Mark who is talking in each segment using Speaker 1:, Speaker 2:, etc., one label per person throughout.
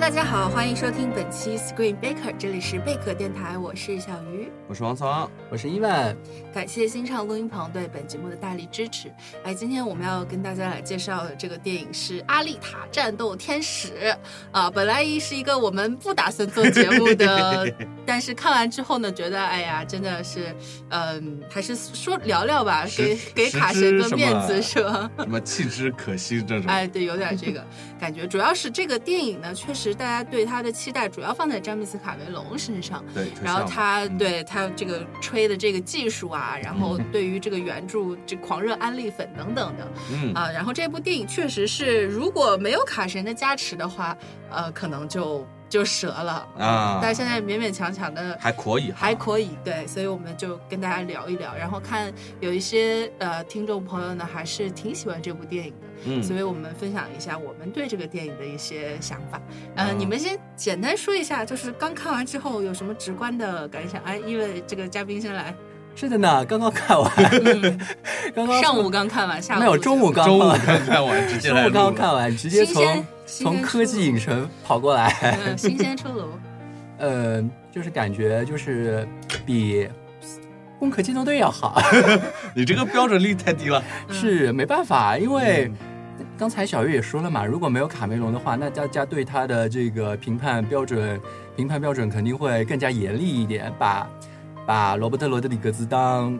Speaker 1: 大家好，欢迎收听本期 Screen Baker，这里是贝壳电台，我是小鱼。
Speaker 2: 我是王聪，
Speaker 3: 我是伊万，
Speaker 1: 感谢新唱录音棚对本节目的大力支持。哎，今天我们要跟大家来介绍的这个电影是《阿丽塔：战斗天使》啊，本来是一个我们不打算做节目的，但是看完之后呢，觉得哎呀，真的是，嗯，还是说聊聊吧，
Speaker 2: 实
Speaker 1: 给给卡神个面子
Speaker 2: 实之什
Speaker 1: 是
Speaker 2: 么
Speaker 1: 吧？
Speaker 2: 什么弃之可惜这种，
Speaker 1: 哎，对，有点 这个感觉。主要是这个电影呢，确实大家对它的期待主要放在詹姆斯卡梅隆身上。
Speaker 2: 对，特
Speaker 1: 然后
Speaker 2: 效嘛
Speaker 1: 他
Speaker 2: 嗯
Speaker 1: 对他这个吹的这个技术啊，然后对于这个原著这狂热安利粉等等的
Speaker 2: 嗯
Speaker 1: 啊，然后这部电影确实是如果没有卡神的加持的话，呃，可能就就折了。
Speaker 2: 啊，
Speaker 1: 但现在勉勉强强的
Speaker 2: 还可以哈，
Speaker 1: 还可以，对，所以我们就跟大家聊一聊，然后看有一些呃听众朋友呢还是挺喜欢这部电影的，所
Speaker 2: 嗯，
Speaker 1: 以我们分享一下我们对这个电影的一些想法。呃，
Speaker 2: 哦
Speaker 3: 嗯
Speaker 1: 你们先简单说一下，就是刚看完之后有什么直观的感想？哎，因为这个嘉宾先 来，
Speaker 3: 是的呢，刚刚看完，
Speaker 1: 嗯、
Speaker 3: 刚刚
Speaker 1: 上午刚看完，下午
Speaker 3: 没有中午刚
Speaker 2: 周
Speaker 3: 看
Speaker 2: 五
Speaker 3: 完，
Speaker 2: 看看我直接
Speaker 3: 中
Speaker 2: 来
Speaker 3: 午
Speaker 2: 录了
Speaker 3: 刚看完，直
Speaker 1: 新
Speaker 3: 接
Speaker 1: 鲜
Speaker 3: 从
Speaker 1: 新鲜
Speaker 3: 从科技影城跑过来，
Speaker 1: 城， 嗯，新鲜出炉，
Speaker 3: 呃，就是感觉就是比《攻壳机动队》要好，
Speaker 2: 你这个标准率太低了，
Speaker 1: 嗯
Speaker 3: 是没办法，因为
Speaker 2: 嗯。
Speaker 3: 刚才小月也说了嘛，如果没有卡梅隆的话，那大家对他的这个评判标准，评判标准肯定会更加严厉一点，把把罗伯特·罗德里格兹当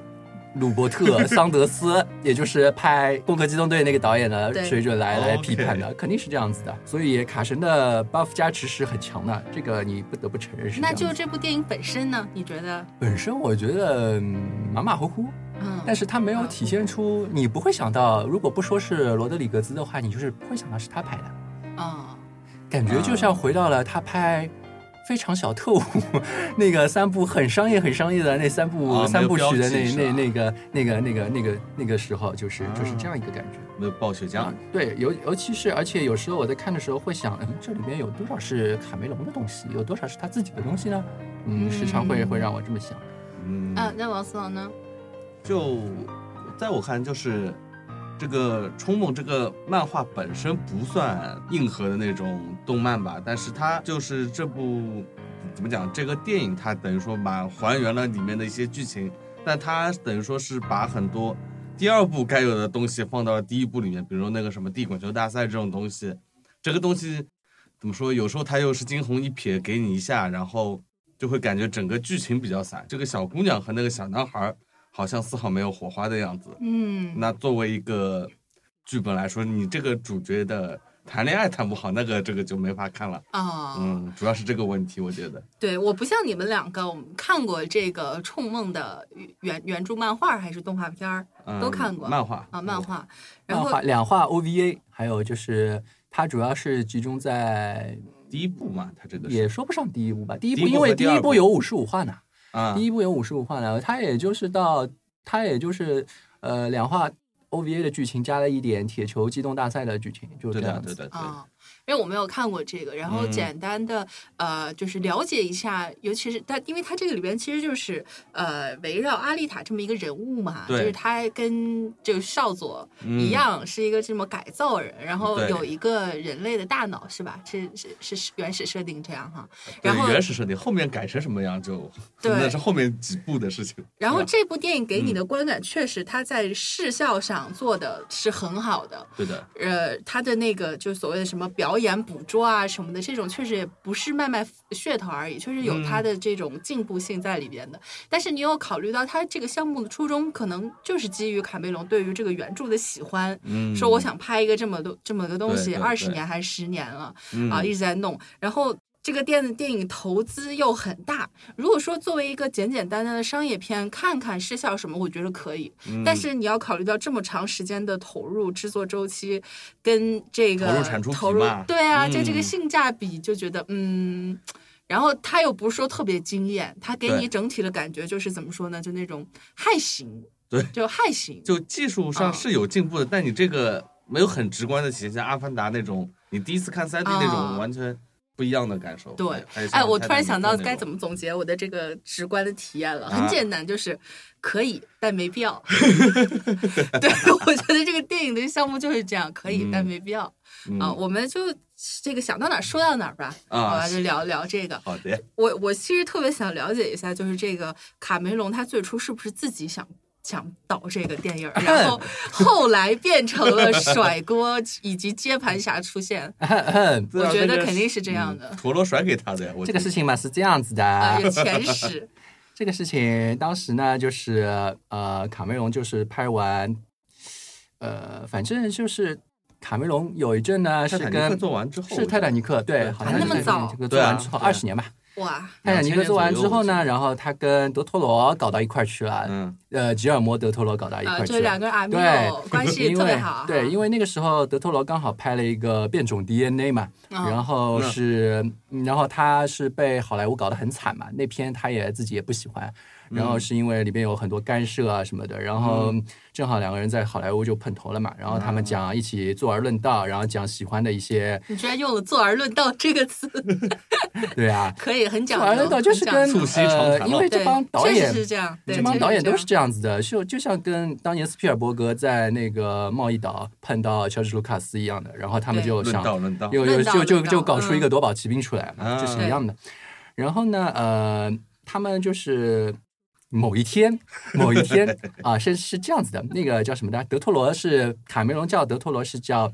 Speaker 3: 鲁伯特·桑 德斯，也就是拍《攻壳机动队》那个导演的
Speaker 1: 对
Speaker 3: 水准来
Speaker 2: OK
Speaker 3: 来批判的，肯定是这样子的。所以卡神的 buff 加持是很强的，这个你不得不承认是这
Speaker 1: 那
Speaker 3: 样子。
Speaker 1: 就这部电影本身呢？你觉得？
Speaker 3: 本身我觉得嗯马马虎虎，
Speaker 1: 嗯，
Speaker 3: 但是他没有体现出你不会想到，如果不说是罗德里格兹的话，你就是不会想到是他拍的。
Speaker 1: 啊、
Speaker 3: 感觉就像回到了他拍《非常小特务》那个三部很商业、很商业的那三部、
Speaker 2: 啊
Speaker 3: 三部曲的
Speaker 2: 没有标
Speaker 3: 那
Speaker 2: 记
Speaker 3: 那
Speaker 2: 是吧
Speaker 3: 那个那个那个那个那个时候，就是
Speaker 2: 啊
Speaker 3: 就是这样一个感觉。
Speaker 2: 没有爆血浆
Speaker 3: 啊，对，尤尤其是而且有时候我在看的时候会想，嗯，这里面有多少是卡梅隆的东西，有多少是他自己的东西呢？嗯，
Speaker 1: 嗯
Speaker 3: 时常会会让我这么想。
Speaker 2: 嗯
Speaker 1: 啊，那王思王呢？
Speaker 2: 就在我看就是。这个《冲梦》这个漫画本身不算硬核的那种动漫吧，但是它就是这部怎么讲？这个电影它等于说蛮还原了里面的一些剧情，但它等于说是把很多第二部该有的东西放到了第一部里面，比如那个什么地滚球大赛这种东西，这个东西怎么说？有时候它又是惊鸿一瞥给你一下，然后就会感觉整个剧情比较散。这个小姑娘和那个小男孩儿好像丝毫没有火花的样子。
Speaker 1: 嗯，
Speaker 2: 那作为一个剧本来说，你这个主角的谈恋爱谈不好，那个这个就没法看了。
Speaker 1: 啊、
Speaker 2: 嗯，主要是这个问题，我觉得。
Speaker 1: 对，我不像你们两个，我们看过这个《冲梦》的原原著漫画还是动画片儿
Speaker 2: 嗯、
Speaker 1: 都看过
Speaker 2: 漫画
Speaker 1: 啊，漫画。然
Speaker 3: 漫
Speaker 1: 后
Speaker 3: 画啊两画 OVA，还有就是它主要是集中在，
Speaker 2: 第一部嘛，它这个
Speaker 3: 也
Speaker 2: 是
Speaker 3: 说不上第一部吧，第一
Speaker 2: 第
Speaker 3: 部
Speaker 2: 一部
Speaker 3: 因为
Speaker 2: 和
Speaker 3: 第
Speaker 2: 第
Speaker 3: 一
Speaker 2: 二
Speaker 3: 部
Speaker 2: 部
Speaker 3: 有五十五话呢。
Speaker 2: 啊
Speaker 3: 第一部有五十五话呢，它也就是到，它也就是呃两话 OVA 的剧情加了一点铁球机动大赛的剧情，就
Speaker 2: 对
Speaker 3: 这
Speaker 2: 的
Speaker 3: 样
Speaker 2: 对
Speaker 3: 子。
Speaker 2: 的对的。
Speaker 1: 啊、因为我没有看过这个，然后
Speaker 2: 嗯
Speaker 1: 简单的、呃，就是了解一下，尤其是它，因为它这个里边其实就是呃，围绕阿丽塔这么一个人物嘛，就
Speaker 2: 对
Speaker 1: 是他跟这个少佐一
Speaker 2: 嗯
Speaker 1: 样，是一个这么改造人，然后
Speaker 2: 对
Speaker 1: 有一个人类的大脑，是吧？是是是原始设定这样哈。
Speaker 2: 对
Speaker 1: 然后
Speaker 2: 原始设定后面改成什么样就，
Speaker 1: 对
Speaker 2: 那是后面几部的事情。
Speaker 1: 然后
Speaker 2: 对吧嗯
Speaker 1: 这部电影给你的观感，确实它在视效上做的是很好的，
Speaker 2: 对的，
Speaker 1: 呃，他的那个就所谓的什么表演捕捉啊什么的，这种确实也不是卖卖噱头而已，确实有
Speaker 2: 嗯
Speaker 1: 他的这种进步性在里边的。但是你有考虑到他这个项目的初衷，可能就是基于卡梅隆对于这个原著的喜欢，
Speaker 2: 嗯，
Speaker 1: 说我想拍一个这么多这么个东
Speaker 2: 对
Speaker 1: 西，
Speaker 2: 对
Speaker 1: 二十
Speaker 2: 对
Speaker 1: 年还是十年了，
Speaker 2: 嗯
Speaker 1: 啊，一直在弄。然后这个电电影投资又很大，如果说作为一个简简单单的商业片，看看失效什么，我觉得可以。
Speaker 2: 嗯
Speaker 1: 但是你要考虑到这么长时间的投入、制作周期，跟这个
Speaker 2: 投入产出比
Speaker 1: 投入
Speaker 2: 嘛
Speaker 1: 对啊，这这个
Speaker 2: 嗯
Speaker 1: 性价比就觉得嗯。然后他又不是说特别惊艳，他给
Speaker 2: 对
Speaker 1: 你整体的感觉就是怎么说呢？就那种还行，
Speaker 2: 对
Speaker 1: 就还行，
Speaker 2: 就技术
Speaker 1: 啊
Speaker 2: 上是有进步的，但你这个没有很直观的体现，像《阿凡达》那种，你第一次看3 D 那
Speaker 1: 啊
Speaker 2: 种完全不一样的感受。
Speaker 1: 对
Speaker 2: 还有像
Speaker 1: 哎，我
Speaker 2: 泰
Speaker 1: 突然
Speaker 2: 坦
Speaker 1: 想
Speaker 2: 尼
Speaker 1: 到
Speaker 2: 克那
Speaker 1: 该
Speaker 2: 种
Speaker 1: 怎么总结我的这个直观的体验了，
Speaker 2: 啊
Speaker 1: 很简单，就是可以，但没必 要。对，我觉得这个电影的项目就是这样，可以，
Speaker 2: 嗯
Speaker 1: 但没必要
Speaker 2: 嗯
Speaker 1: 啊。我们就这个想到哪儿说到哪儿吧，
Speaker 2: 啊
Speaker 1: 好吧，就聊聊这个。
Speaker 2: 嗯好的，
Speaker 1: 我我其实特别想了解一下，就是这个卡梅隆他最初是不是自己想想导这个电影儿，然 后后来变成了甩锅以及接盘侠出现，我
Speaker 3: 啊
Speaker 1: 觉得肯定是这样的
Speaker 2: 嗯陀螺甩给他的呀。我
Speaker 3: 这个事情嘛是这样子的，
Speaker 1: 啊，有前 史，
Speaker 3: 这个事情当时呢，就是呃，卡梅隆就是拍完，呃，反正就是卡梅隆有一阵呢是
Speaker 2: 泰坦尼克
Speaker 3: 跟
Speaker 2: 做完之后，
Speaker 3: 是泰坦尼克，对，
Speaker 2: 对
Speaker 3: 好
Speaker 1: 啊
Speaker 3: 像
Speaker 1: 那
Speaker 3: 是
Speaker 1: 么
Speaker 3: 泰坦尼
Speaker 1: 早
Speaker 3: 克做
Speaker 2: 对啊
Speaker 3: 完之后
Speaker 2: 对啊
Speaker 3: 二十年吧。
Speaker 1: 哇，
Speaker 3: 泰坦尼克做完之后
Speaker 2: 2000年左右
Speaker 3: 呢，然后他跟德托罗搞到一块儿去了，
Speaker 2: 嗯，
Speaker 3: 呃，吉尔摩德托罗搞到一块
Speaker 1: 啊，
Speaker 3: 儿
Speaker 1: 就
Speaker 3: 去
Speaker 1: 两
Speaker 3: 了。
Speaker 1: 个人阿米
Speaker 3: 对
Speaker 1: 友关系
Speaker 3: 因
Speaker 1: 特别
Speaker 3: 为
Speaker 1: 好啊，
Speaker 3: 对，因为那个时候德托罗刚好拍了一个变种 DNA 嘛，然
Speaker 1: 后
Speaker 3: 后是，嗯然后他是被好莱坞搞得很惨嘛，那篇他也自己也不喜欢，然后是因为里边有很多干涉啊什么的，然后正好两个人在好莱坞就碰头了嘛，然后他们讲一起坐而论道，然后讲喜欢的一些，
Speaker 1: 你居然用了“坐而论道”这个词，
Speaker 3: 对啊，
Speaker 1: 可以很讲
Speaker 3: 坐
Speaker 1: 究，
Speaker 3: 而论道就是
Speaker 1: 很讲
Speaker 3: 跟
Speaker 1: 究
Speaker 2: 促膝长谈
Speaker 3: 呃，
Speaker 2: 了
Speaker 3: 因为这
Speaker 1: 对
Speaker 3: 帮导
Speaker 1: 确
Speaker 3: 演
Speaker 1: 实是这样，对
Speaker 3: 这帮
Speaker 1: 确实
Speaker 3: 导演
Speaker 1: 这
Speaker 3: 都
Speaker 1: 样
Speaker 3: 是这样子的，就就像跟当年斯皮尔伯格在那个贸易岛碰到乔治卢卡斯一样的，然后他们
Speaker 1: 对
Speaker 3: 就
Speaker 2: 论
Speaker 3: 想
Speaker 2: 道论道，
Speaker 3: 又
Speaker 1: 论
Speaker 3: 又
Speaker 1: 道
Speaker 3: 就就
Speaker 1: 论道
Speaker 3: 就搞出一
Speaker 1: 嗯
Speaker 3: 个夺宝奇兵出来嘛，
Speaker 2: 啊
Speaker 3: 就是一样的。然后呢，呃，他们就是某一天，某一天啊，是是这样子的，那个叫什么的，德托罗是卡梅隆叫德托罗是叫。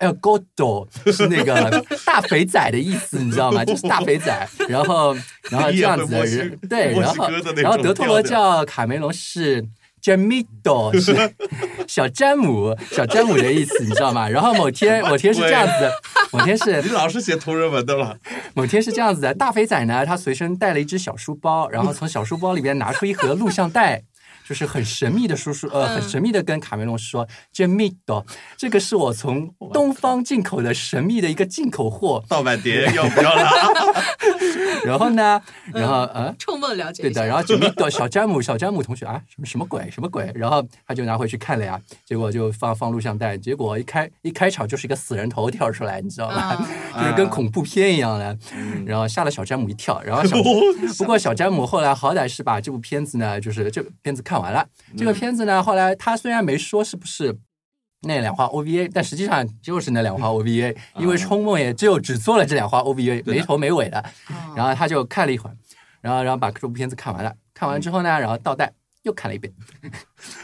Speaker 3: El Gordo 是那个大肥仔的意思，你知道吗？就是大肥仔，然后然后这样子的
Speaker 2: 也会
Speaker 3: 人
Speaker 2: 墨西，
Speaker 3: 对，
Speaker 2: 墨
Speaker 3: 然
Speaker 2: 西
Speaker 3: 后
Speaker 2: 哥的那
Speaker 3: 然后
Speaker 2: 种
Speaker 3: 德托罗
Speaker 2: 调调
Speaker 3: 叫卡梅隆是 Jamito，是小詹姆，小詹姆的意思，你知道吗？然后某 天某天是这样子的， 某天是
Speaker 2: 你老是写同人文的了，
Speaker 3: 某天是这样子的，大肥仔呢，他随身带了一只小书包，然后从小书包里边拿出一盒录像带。 就是很神秘的叔叔，呃，
Speaker 1: 嗯
Speaker 3: 很神秘的跟卡梅隆说 j a m i d o 这个是我从东方进口的神秘的一个进口 货。
Speaker 2: 盗版碟要不 要啦？
Speaker 3: 然后呢，然后呃，
Speaker 1: 冲梦了解
Speaker 3: 对
Speaker 1: 一下
Speaker 3: 的，然后 j a m i d o 小詹姆，小詹姆同学啊，什么什么鬼，什么鬼？然后他就拿回去看了呀，结果就放放录像带，结果一开一开场就是一个死人头跳出来，你知道吗？
Speaker 1: 啊
Speaker 3: 就是跟恐怖片一样的，
Speaker 2: 嗯
Speaker 3: 然后吓了小詹姆一跳，然后 小不过小詹姆后来好歹是把这部片子呢，就是这部片子看完了。
Speaker 2: 嗯
Speaker 3: 这个片子呢，后来他虽然没说是不是那两话 OVA，但实际上就是那 两话 OVA，因为冲梦也只有只做了这两话 OVA，
Speaker 2: 啊对的
Speaker 3: 没头没尾的。
Speaker 1: 啊
Speaker 3: 然后他就看了一会儿，然后然后把这部片子看完了，看完之后
Speaker 2: 嗯
Speaker 3: 呢，然后倒带又看了一遍。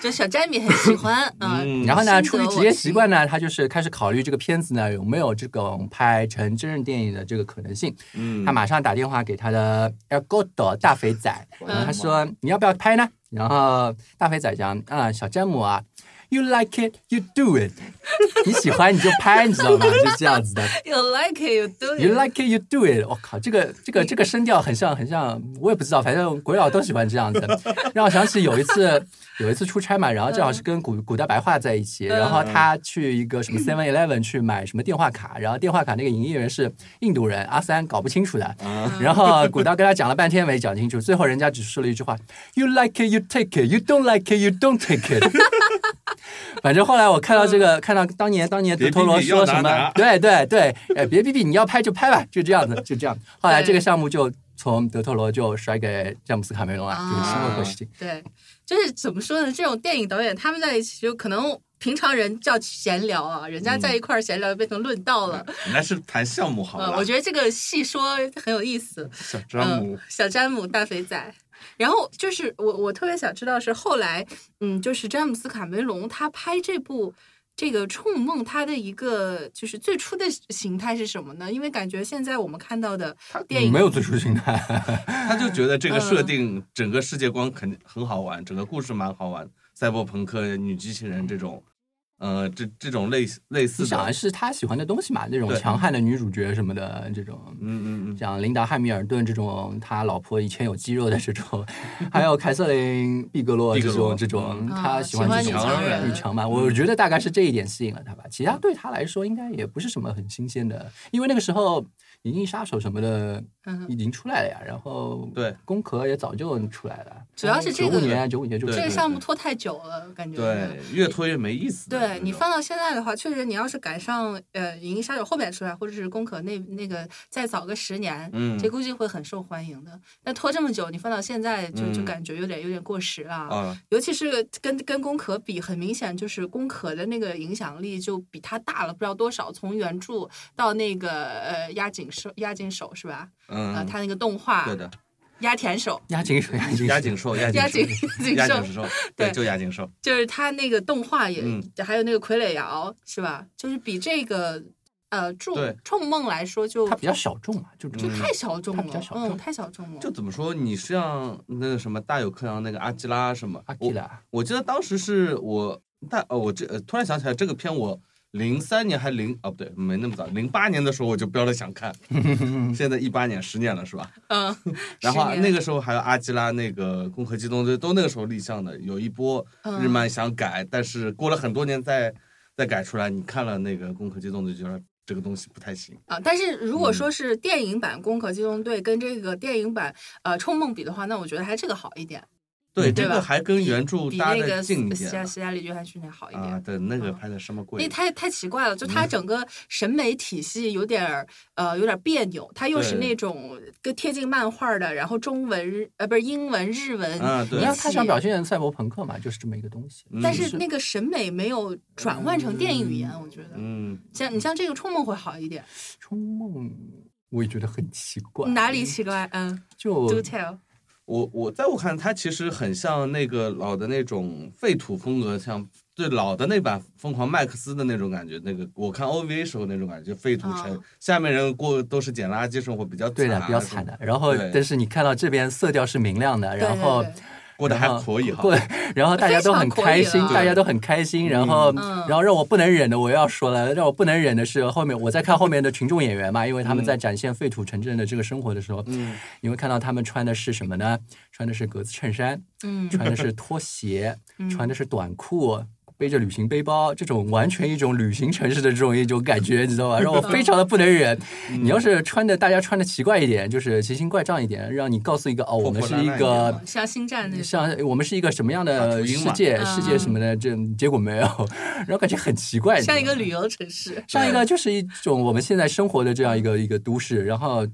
Speaker 1: 就小詹米很喜 欢啊，
Speaker 2: 嗯
Speaker 3: 然后呢，
Speaker 1: 心
Speaker 3: 出
Speaker 1: 得
Speaker 3: 于
Speaker 1: 我
Speaker 3: 职业
Speaker 1: 心
Speaker 3: 习惯呢，他就是开始考虑这个片子呢有没有这种拍成真人电影的这个可能性。
Speaker 2: 嗯
Speaker 3: 他马上打电话给他的 El Gordo 大肥仔，然后他说你要不要拍呢？然后大肥仔讲啊、小詹姆啊，You like it, you do it，你 喜欢你就拍，你知道吗？就这样子的。
Speaker 1: You like it, you do it.
Speaker 3: You like it, you do it。我靠，这个这个这个声调很像很像，我也不知道，反正鬼佬都喜欢这样子，让我想起有一次有一次出差嘛，然后正好是跟古古代白话在一起，
Speaker 2: 嗯
Speaker 3: 然后他去一个什么 Seven Eleven 去买什么电话卡，然后电话卡那个营业员是印度人，阿三搞不清楚的，
Speaker 2: 啊
Speaker 3: 然后古道跟他讲了半天没讲清楚，最后人家只说了一句话：You like it, you take it. You don't like it, you don't take it 。 反正后来我看到这个，看到当年当年
Speaker 2: 嗯别
Speaker 3: 德托罗
Speaker 2: 逼逼要
Speaker 3: 说什
Speaker 2: 拿
Speaker 3: 么
Speaker 2: 拿，
Speaker 3: 对对对，哎，别逼逼，你要拍就拍吧，就这样 子，就这样。后来这个项目就从德托罗就甩给詹姆斯卡梅隆了，
Speaker 1: 啊
Speaker 3: 就是这么回事。
Speaker 1: 对，就是怎么说呢？这种电影导演他们在一起，就可能平常人叫闲聊啊，人家在
Speaker 3: 嗯
Speaker 1: 一块儿闲聊变成论道了。
Speaker 2: 人家嗯是谈项目好
Speaker 1: 呃，
Speaker 2: 了，
Speaker 1: 我觉得这个细说很有意思。
Speaker 2: 小詹姆
Speaker 1: 嗯，小詹姆大肥仔。然后就是我，我特别想知道是后来，嗯，就是詹姆斯卡梅隆他拍这部这个《冲梦》，他的一个就是最初的形态是什么呢？因为感觉现在我们看到的电影
Speaker 3: 没有最 初形态，
Speaker 2: 他就觉得这个设
Speaker 1: 嗯
Speaker 2: 定整个世界观肯定很好玩，整个故事蛮好玩，赛博朋克、女机器人这种，呃，这这种类似类
Speaker 3: 你
Speaker 2: 似
Speaker 3: 想
Speaker 2: 的
Speaker 3: 的，是他喜欢的东西嘛，那种
Speaker 2: 对
Speaker 3: 强悍的女主角什么的这种。
Speaker 2: 嗯嗯嗯，
Speaker 3: 像琳达·汉密尔顿这种，他老婆以前有肌肉的这种， 还有凯瑟琳·毕格洛这
Speaker 2: 毕格洛
Speaker 3: 种这种，
Speaker 2: 嗯
Speaker 3: 他
Speaker 1: 啊
Speaker 3: 喜欢
Speaker 1: 喜
Speaker 3: 这
Speaker 2: 欢女强
Speaker 3: 种
Speaker 2: 人
Speaker 3: 女强
Speaker 1: 嗯
Speaker 3: 嘛。我觉得大概是这一点吸引了他吧，其他对他来说应该也不是什么很新鲜的，因为那个时候《银翼杀手》什么的
Speaker 1: 嗯，
Speaker 3: 已经出来了呀，然后
Speaker 2: 对
Speaker 3: 宫壳也早就出来了，
Speaker 1: 主要是这
Speaker 3: 九
Speaker 1: 个
Speaker 3: 五年啊九五年就
Speaker 2: 对
Speaker 1: 这
Speaker 3: 出来
Speaker 1: 个
Speaker 3: 了
Speaker 1: 项目拖太久了，感觉。
Speaker 2: 对，越拖越没意思的那种。
Speaker 1: 对你放到现在的话，确实你要是赶上呃《银翼杀手》后面出来，或者是《攻壳》那那个再早个十年，
Speaker 2: 嗯
Speaker 1: 这估计会很受欢迎的。但拖这么久，你放到现在就就
Speaker 2: 嗯
Speaker 1: 感觉有点有点过时了。
Speaker 2: 啊，
Speaker 1: 尤其是跟跟宫壳比，很明显就是宫壳的那个影响力就比它大了不知道多少。从原著到那个呃押井手押井守是吧？呃，
Speaker 2: 嗯，
Speaker 1: 他那个动画
Speaker 2: 对的，
Speaker 1: 押田守
Speaker 3: 押井守，押井守
Speaker 2: 押井兽，押
Speaker 1: 押井
Speaker 2: 井 兽，
Speaker 1: 井
Speaker 2: 押
Speaker 1: 守
Speaker 2: 井兽，
Speaker 1: 对
Speaker 2: 对，就押井兽，
Speaker 1: 就是他那个动画也、
Speaker 2: 嗯
Speaker 1: 还有那个傀儡摇是吧？就是比这个呃《
Speaker 2: 对
Speaker 1: 筑冲梦》来说就
Speaker 3: 它比较小众嘛，就
Speaker 1: 就
Speaker 2: 嗯
Speaker 1: 太小众
Speaker 3: 它
Speaker 1: 了，
Speaker 3: 比较小
Speaker 1: 嗯，
Speaker 3: 众
Speaker 1: 太小众了。
Speaker 2: 就怎么说？你像那个什么大有克洋那个阿基拉什么
Speaker 3: 阿基
Speaker 2: 我
Speaker 3: 拉，
Speaker 2: 我记得当时是我大哦，我这、呃、突然想起来这个片我。零三年还零哦不对，没那么早，零八年的时候我就标了想看，现在一八年十年了是吧？
Speaker 1: 嗯，
Speaker 2: 然后啊
Speaker 1: 十年
Speaker 2: 那个时候还有阿基拉那个《攻壳机动队》都那个时候立项的，有一波
Speaker 1: 嗯
Speaker 2: 日漫想改，但是过了很多年再再改出来，你看了那个《攻壳机动队》就觉得这个东西不太行。
Speaker 1: 啊，但是如
Speaker 2: 嗯
Speaker 1: 果说是电影版《攻壳机动队》跟这个电影版呃《冲梦》比的话，那我觉得还这个好一点，
Speaker 2: 对，
Speaker 1: 对
Speaker 2: 这个
Speaker 1: 吧
Speaker 2: 还跟原著
Speaker 1: 比
Speaker 2: 搭
Speaker 1: 那
Speaker 2: 的
Speaker 1: 个
Speaker 2: 近一
Speaker 1: 斯
Speaker 2: 点
Speaker 1: 加斯嘉丽·约翰逊那好一点。嗯
Speaker 2: 啊，对，嗯那个拍的什么
Speaker 1: 那
Speaker 2: 贵？
Speaker 1: 太太奇怪了，就他整个审美体系有点儿、呃有点别扭，他又是
Speaker 2: 对
Speaker 1: 那种跟贴近漫画的，然后中文呃不是英文日文，
Speaker 2: 啊，
Speaker 3: 你
Speaker 2: 对
Speaker 1: 要
Speaker 3: 看，他想表现赛博朋克嘛，就是这么一个东西。
Speaker 2: 嗯
Speaker 1: 但是那个审美没有转换成电影语言，我觉得
Speaker 2: 嗯，
Speaker 1: 像你像这个《冲梦》会好一点，
Speaker 3: 冲梦我也觉得很奇怪，
Speaker 1: 哪里奇怪？嗯
Speaker 3: 就
Speaker 1: ，Do tell，
Speaker 2: 我我在我看它其实很像那个老的那种废土风格，像最老的那版《疯狂麦克斯》的那种感觉。那个我看 OVA 时候那种感觉，废土城，
Speaker 1: 哦
Speaker 2: 下面人过都是捡垃圾生活，比较啊
Speaker 3: 对的，比较
Speaker 2: 是吧
Speaker 3: 惨的。然后
Speaker 2: 对，
Speaker 3: 但是你看到这边色调是明亮的，然后
Speaker 1: 对对对
Speaker 2: 过得还可 以哈。
Speaker 3: 对，然后大家都很开
Speaker 1: 非
Speaker 3: 心
Speaker 1: 常可以，了啊
Speaker 3: 大家都很开心。然后，
Speaker 1: 嗯
Speaker 3: 然后让我不能忍的，我要说了，让我不能忍的是后面我在看后面的群众演员嘛，因为他们在展现废土城镇的这个生活的时候，
Speaker 2: 嗯
Speaker 3: 你会看到他们穿的是什么呢？穿的是格子 衬衫，
Speaker 1: 嗯
Speaker 3: 穿的是拖鞋，
Speaker 1: 嗯
Speaker 3: 穿的是短裤。背着旅行背包，这种完全一种旅行城市的这种一种感觉，你知 道吧？让我非常的不能忍。
Speaker 2: 嗯
Speaker 3: 你要是穿的大家穿的奇怪一点，就是奇形怪状一点，让你告诉一个哦，我们
Speaker 2: 破
Speaker 3: 是
Speaker 2: 破烂
Speaker 3: 一
Speaker 2: 烂一
Speaker 3: 个
Speaker 2: 点嘛
Speaker 1: 像星战那种
Speaker 3: 像我们是一个什么样
Speaker 2: 啊
Speaker 3: 的
Speaker 2: 雏鹰
Speaker 3: 世
Speaker 2: 嘛
Speaker 3: 界，
Speaker 1: 嗯
Speaker 3: 世界什么的，这结果没有， 然后感觉很奇怪，
Speaker 1: 像一个
Speaker 3: 你
Speaker 1: 旅游城市。
Speaker 3: 知道吗像一个就是一种我们现在生活的这样一个一个都市，然后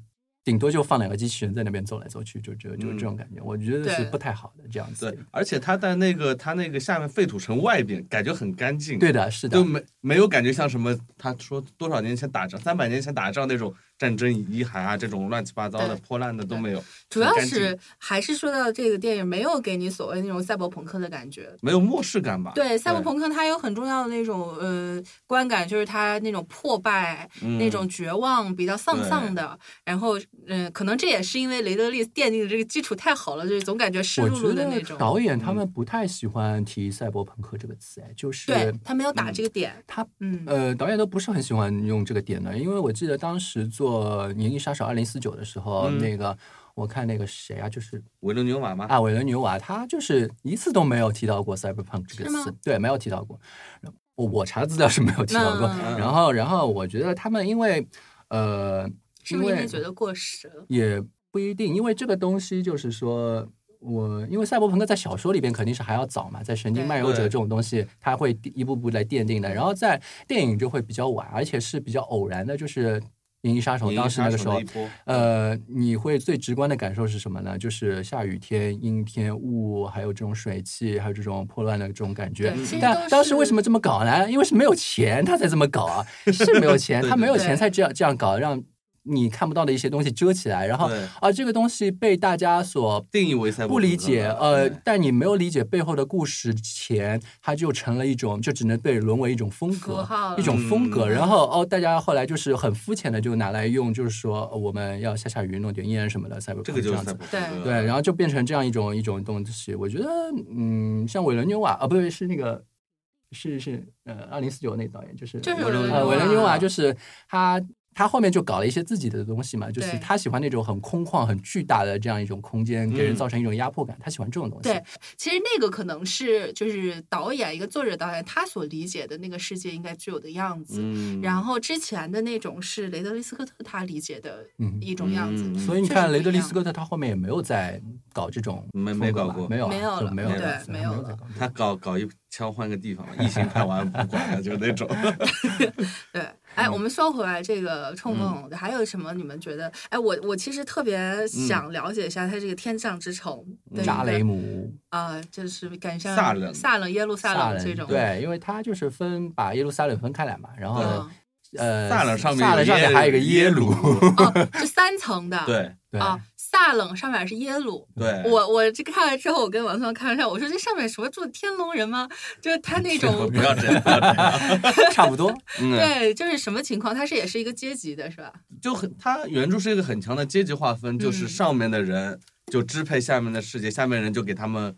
Speaker 3: 顶多就放两个机器人在那边走来走去，就就就
Speaker 2: 嗯
Speaker 3: 这种感觉，我觉得是
Speaker 1: 对
Speaker 3: 不太好的这样子
Speaker 2: 对。，而且它在那个它那个下面废土城外边，感觉很干净。
Speaker 3: 对的，是的
Speaker 2: 就，没没有感觉像什么，他说多少年前打仗，三百年前打仗那种战争遗骸啊，这种乱七八糟的
Speaker 1: 对
Speaker 2: 破烂的都没有，
Speaker 1: 主要
Speaker 2: 很干净
Speaker 1: 是还是说到这个电影没有给你所谓那种赛博朋克的感觉。
Speaker 2: 没有漠视感吧？
Speaker 1: 对，赛博朋克它有很重要的那种呃观感，就是它那种破败、
Speaker 2: 嗯
Speaker 1: 那种绝望，比较丧丧的。然后，嗯、可能这也是因为雷德利奠定的这个基础太好了，就是总感觉湿
Speaker 3: 我
Speaker 1: 漉漉
Speaker 3: 觉
Speaker 1: 的那
Speaker 3: 得
Speaker 1: 种。
Speaker 3: 导演他们
Speaker 2: 嗯
Speaker 3: 不太喜欢提赛博朋克这个词，哎，就是
Speaker 1: 对他没有打这个点，
Speaker 3: 他
Speaker 1: 嗯
Speaker 3: 呃，导演都不是很喜欢用这个点的，因为我记得当时做《银翼杀手二零四九》的时候，
Speaker 2: 嗯
Speaker 3: 那个我看那个谁啊，就是
Speaker 2: 维伦纽瓦吗？
Speaker 3: 啊，韦伦纽瓦他就是一次都没有提到过 cyberpunk 这
Speaker 1: 是
Speaker 3: 个
Speaker 1: 吗
Speaker 3: 词，对，没有提到过。我我查资料是没有提到过。
Speaker 1: 嗯
Speaker 3: 然后，然后我觉得他们因为呃，
Speaker 1: 是不是因为
Speaker 3: 为
Speaker 1: 觉得过时了？
Speaker 3: 也不一定，因为这个东西就是说。我因为赛博朋克在小说里边肯定是还要早嘛，在《神经
Speaker 1: 对
Speaker 3: 漫游者》
Speaker 2: 对
Speaker 3: 这种东西，它会一步步来奠定的。然后在电影就会比较晚，而且是比较偶然的，就是《银翼杀手》
Speaker 2: 银翼
Speaker 3: 当时那
Speaker 2: 杀
Speaker 3: 个
Speaker 2: 手
Speaker 3: 时候
Speaker 2: 那一波，
Speaker 3: 呃，你会最直观的感受是什么呢？就是下雨天、阴天、雾，还有这种水汽，还有这种破乱的这种感觉
Speaker 1: 对其实。都
Speaker 3: 但
Speaker 1: 是
Speaker 3: 当时为什么这么搞呢？因为是没有钱，他才这么搞 啊，是没有钱，
Speaker 2: 对
Speaker 3: 他没有
Speaker 1: 对
Speaker 3: 钱才这样这样搞，让你看不到的一些东西遮起来，然后
Speaker 2: 对
Speaker 3: 啊，这个东西被大家所
Speaker 2: 定义为赛博
Speaker 3: 不
Speaker 2: 朋克
Speaker 3: 理解，
Speaker 2: 了
Speaker 3: 呃
Speaker 2: 对，
Speaker 3: 但你没有理解背后的故事前，它就成了一种，就只能被沦为一种风
Speaker 1: 符
Speaker 3: 格
Speaker 1: 号，了
Speaker 3: 一种风格。
Speaker 1: 嗯
Speaker 3: 然后哦，大家后来就是很肤浅的就拿来用，就是说呃我们要下下雨，弄点烟什么的，才会
Speaker 2: 这个就
Speaker 3: 这
Speaker 2: 是
Speaker 3: 样
Speaker 2: 赛
Speaker 3: 子。
Speaker 2: 博朋
Speaker 1: 对
Speaker 2: 克，
Speaker 3: 对，然后就变成这样一种一种东西。我觉得，嗯，像韦伦纽瓦啊，不对，是那个，是是呃，二零四九那导演，就是
Speaker 1: 就是
Speaker 2: 维伦
Speaker 1: 维
Speaker 2: 纽
Speaker 1: 伦纽
Speaker 2: 瓦
Speaker 3: 呃，韦伦纽
Speaker 1: 瓦
Speaker 3: 瓦就是他他后面就搞了一些自己的东西嘛，就是
Speaker 1: 对
Speaker 3: 他喜欢那种很空旷、很巨大的这样一种空间，给人
Speaker 2: 嗯
Speaker 3: 造成一种压迫感。他喜欢这种东西。
Speaker 1: 对，其实那个可能是就是导演一个作者导演他所理解的那个世界应该具有的样子。
Speaker 2: 嗯，
Speaker 1: 然后之前的那种是雷德利·斯科特他理解的
Speaker 3: 嗯
Speaker 1: 一种样子，
Speaker 2: 嗯
Speaker 3: 所以你
Speaker 1: 确
Speaker 3: 看，
Speaker 1: 实
Speaker 3: 雷
Speaker 1: 不
Speaker 3: 德
Speaker 1: 一
Speaker 3: 利·
Speaker 1: 样
Speaker 3: 斯科特他后面也没有再搞这种
Speaker 2: 没没
Speaker 3: 风格
Speaker 2: 搞
Speaker 3: 吧
Speaker 2: 过
Speaker 3: 没有啊
Speaker 1: 没有
Speaker 3: 就
Speaker 1: 了
Speaker 3: 没有
Speaker 1: 对
Speaker 3: 了，
Speaker 1: 没
Speaker 3: 有
Speaker 1: 有
Speaker 3: 再
Speaker 1: 了
Speaker 3: 搞
Speaker 2: 他搞搞一枪换个地方嘛，疫情拍完不管了，就那 种。
Speaker 1: 对，
Speaker 3: 嗯
Speaker 1: 哎，我们说回来这个冲梦，还有什么你们觉得？哎，我我其实特别想了解一下他这个天上之城的一
Speaker 3: 扎
Speaker 1: 个
Speaker 3: 嗯雷姆。
Speaker 1: 啊，就是赶上
Speaker 2: 萨冷
Speaker 1: 萨冷耶路撒
Speaker 3: 萨
Speaker 1: 冷这种
Speaker 3: 对，因为他就是分把耶路撒冷分开来嘛，然后
Speaker 1: 嗯
Speaker 3: 呃，
Speaker 2: 萨冷上面
Speaker 3: 萨冷上
Speaker 2: 耶
Speaker 3: 面还有一个耶鲁，
Speaker 2: 鲁，
Speaker 1: 哦，是三层的
Speaker 2: 对
Speaker 3: 对
Speaker 1: 啊，萨冷上面是耶鲁。
Speaker 2: 对，
Speaker 1: 我我这看了之后，我跟王松开玩笑，我说这上面什么住天龙人吗？就是他那种
Speaker 2: 不嗯要这样，不要这 样。
Speaker 3: 差不多。
Speaker 2: 嗯，
Speaker 1: 对，就是什么情况？它是也是一个阶级的，是吧？
Speaker 2: 就很，它原著是一个很强的阶级划分，就是
Speaker 1: 嗯
Speaker 2: 上面的人就支配下面的世界，下面人就给他们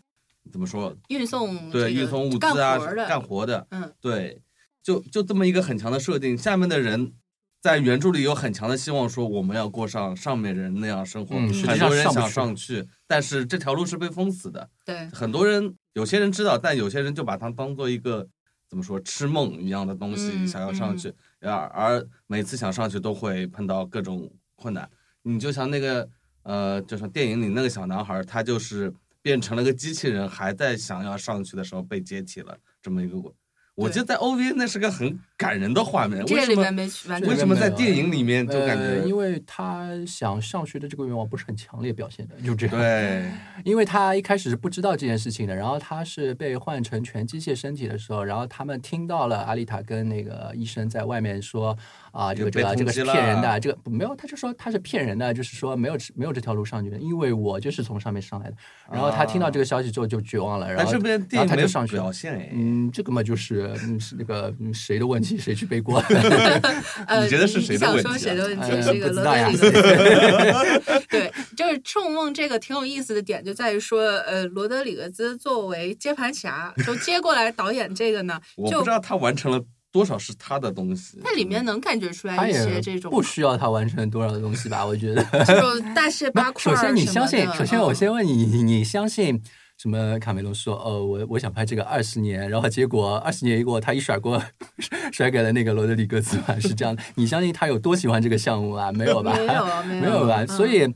Speaker 2: 怎么说？
Speaker 1: 运送这
Speaker 2: 对，
Speaker 1: 个
Speaker 2: 运送物
Speaker 1: 干
Speaker 2: 资啊，
Speaker 1: 活儿的
Speaker 2: 干活的，
Speaker 1: 嗯，
Speaker 2: 对，就就这么一个很强的设定。下面的人在原著里有很强的希望，说我们要过上上面人那样生活。
Speaker 3: 嗯实
Speaker 2: 很
Speaker 3: 际上
Speaker 2: 多人
Speaker 3: 上不
Speaker 2: 想
Speaker 3: 去
Speaker 2: 上去，但是这条路是被封死的。
Speaker 1: 对，
Speaker 2: 很多人，有些人知道，但有些人就把它当做一个怎么说痴梦一样的东西，
Speaker 1: 嗯
Speaker 2: 想要上去，而而每次想上去都会碰到各种困难。你就像那个呃，就像电影里那个小男孩，他就是变成了个机器人，还在想要上去的时候被解体了，这么一个过。我记得在 OVA 那是个很感人的画面，为
Speaker 1: 这
Speaker 2: 什
Speaker 1: 里面
Speaker 2: 么
Speaker 1: 没完全
Speaker 3: 这
Speaker 2: 为
Speaker 3: 里
Speaker 2: 什
Speaker 3: 面
Speaker 2: 么
Speaker 3: 没
Speaker 2: 在
Speaker 3: 有
Speaker 2: 电影里面就感
Speaker 3: 呃
Speaker 2: 觉
Speaker 3: 因为他想上学的这个愿望不是很强烈表现的，就这样。
Speaker 2: 对
Speaker 3: 因为他一开始是不知道这件事情的，然后他是被换成全机械身体的时候，然后他们听到了阿丽塔跟那个医生在外面说啊，这个这
Speaker 2: 被
Speaker 3: 个
Speaker 2: 通
Speaker 3: 这个
Speaker 2: 缉
Speaker 3: 是
Speaker 2: 了
Speaker 3: 骗人的，这个没有，他就说他是骗人的，就是说没有没有这条路上去的，因为我就是从上面上来的。然后他听到这个消息之后就绝望了，
Speaker 2: 啊
Speaker 3: 然
Speaker 2: 但
Speaker 3: 后
Speaker 2: 这边电
Speaker 3: 然后
Speaker 2: 影
Speaker 3: 他
Speaker 2: 没
Speaker 3: 就
Speaker 2: 有
Speaker 3: 上去了
Speaker 2: 表。现哎，
Speaker 3: 嗯，这个嘛就是嗯是那个嗯谁的问题谁去 背锅，
Speaker 1: 呃，
Speaker 2: 你觉得是谁的问题啊，
Speaker 1: 你想说谁的问题？
Speaker 3: 哎
Speaker 1: 是一个
Speaker 3: 不
Speaker 1: 罗
Speaker 3: 知道呀
Speaker 1: 德里格兹。对，就是《冲梦》这个挺有意思的点，就在于说，呃，罗德里格兹作为接盘侠，就接过来导演这个呢
Speaker 2: 我
Speaker 1: 就
Speaker 2: 不知道他完成了多少是他的东西。
Speaker 1: 它里面能感觉出
Speaker 3: 他
Speaker 1: 来一些
Speaker 3: 也
Speaker 1: 这种
Speaker 3: 不，需要他完成多少东西吧，我觉得。
Speaker 1: 这种大 卸八块
Speaker 3: 首
Speaker 1: 儿
Speaker 3: 先，你
Speaker 1: 什么
Speaker 3: 相信
Speaker 1: 的，
Speaker 3: 首先我
Speaker 1: 嗯
Speaker 3: 先问你，你你相信什么？卡梅隆说，哦，我我想拍这个二十年，然后结果二十年一过，他一甩锅，甩给了那个罗德里格兹嘛，是这样的。你相信他有多喜欢这个项目啊？没有吧？
Speaker 1: 没有啊，没
Speaker 3: 没有吧？
Speaker 1: 嗯
Speaker 3: 所以。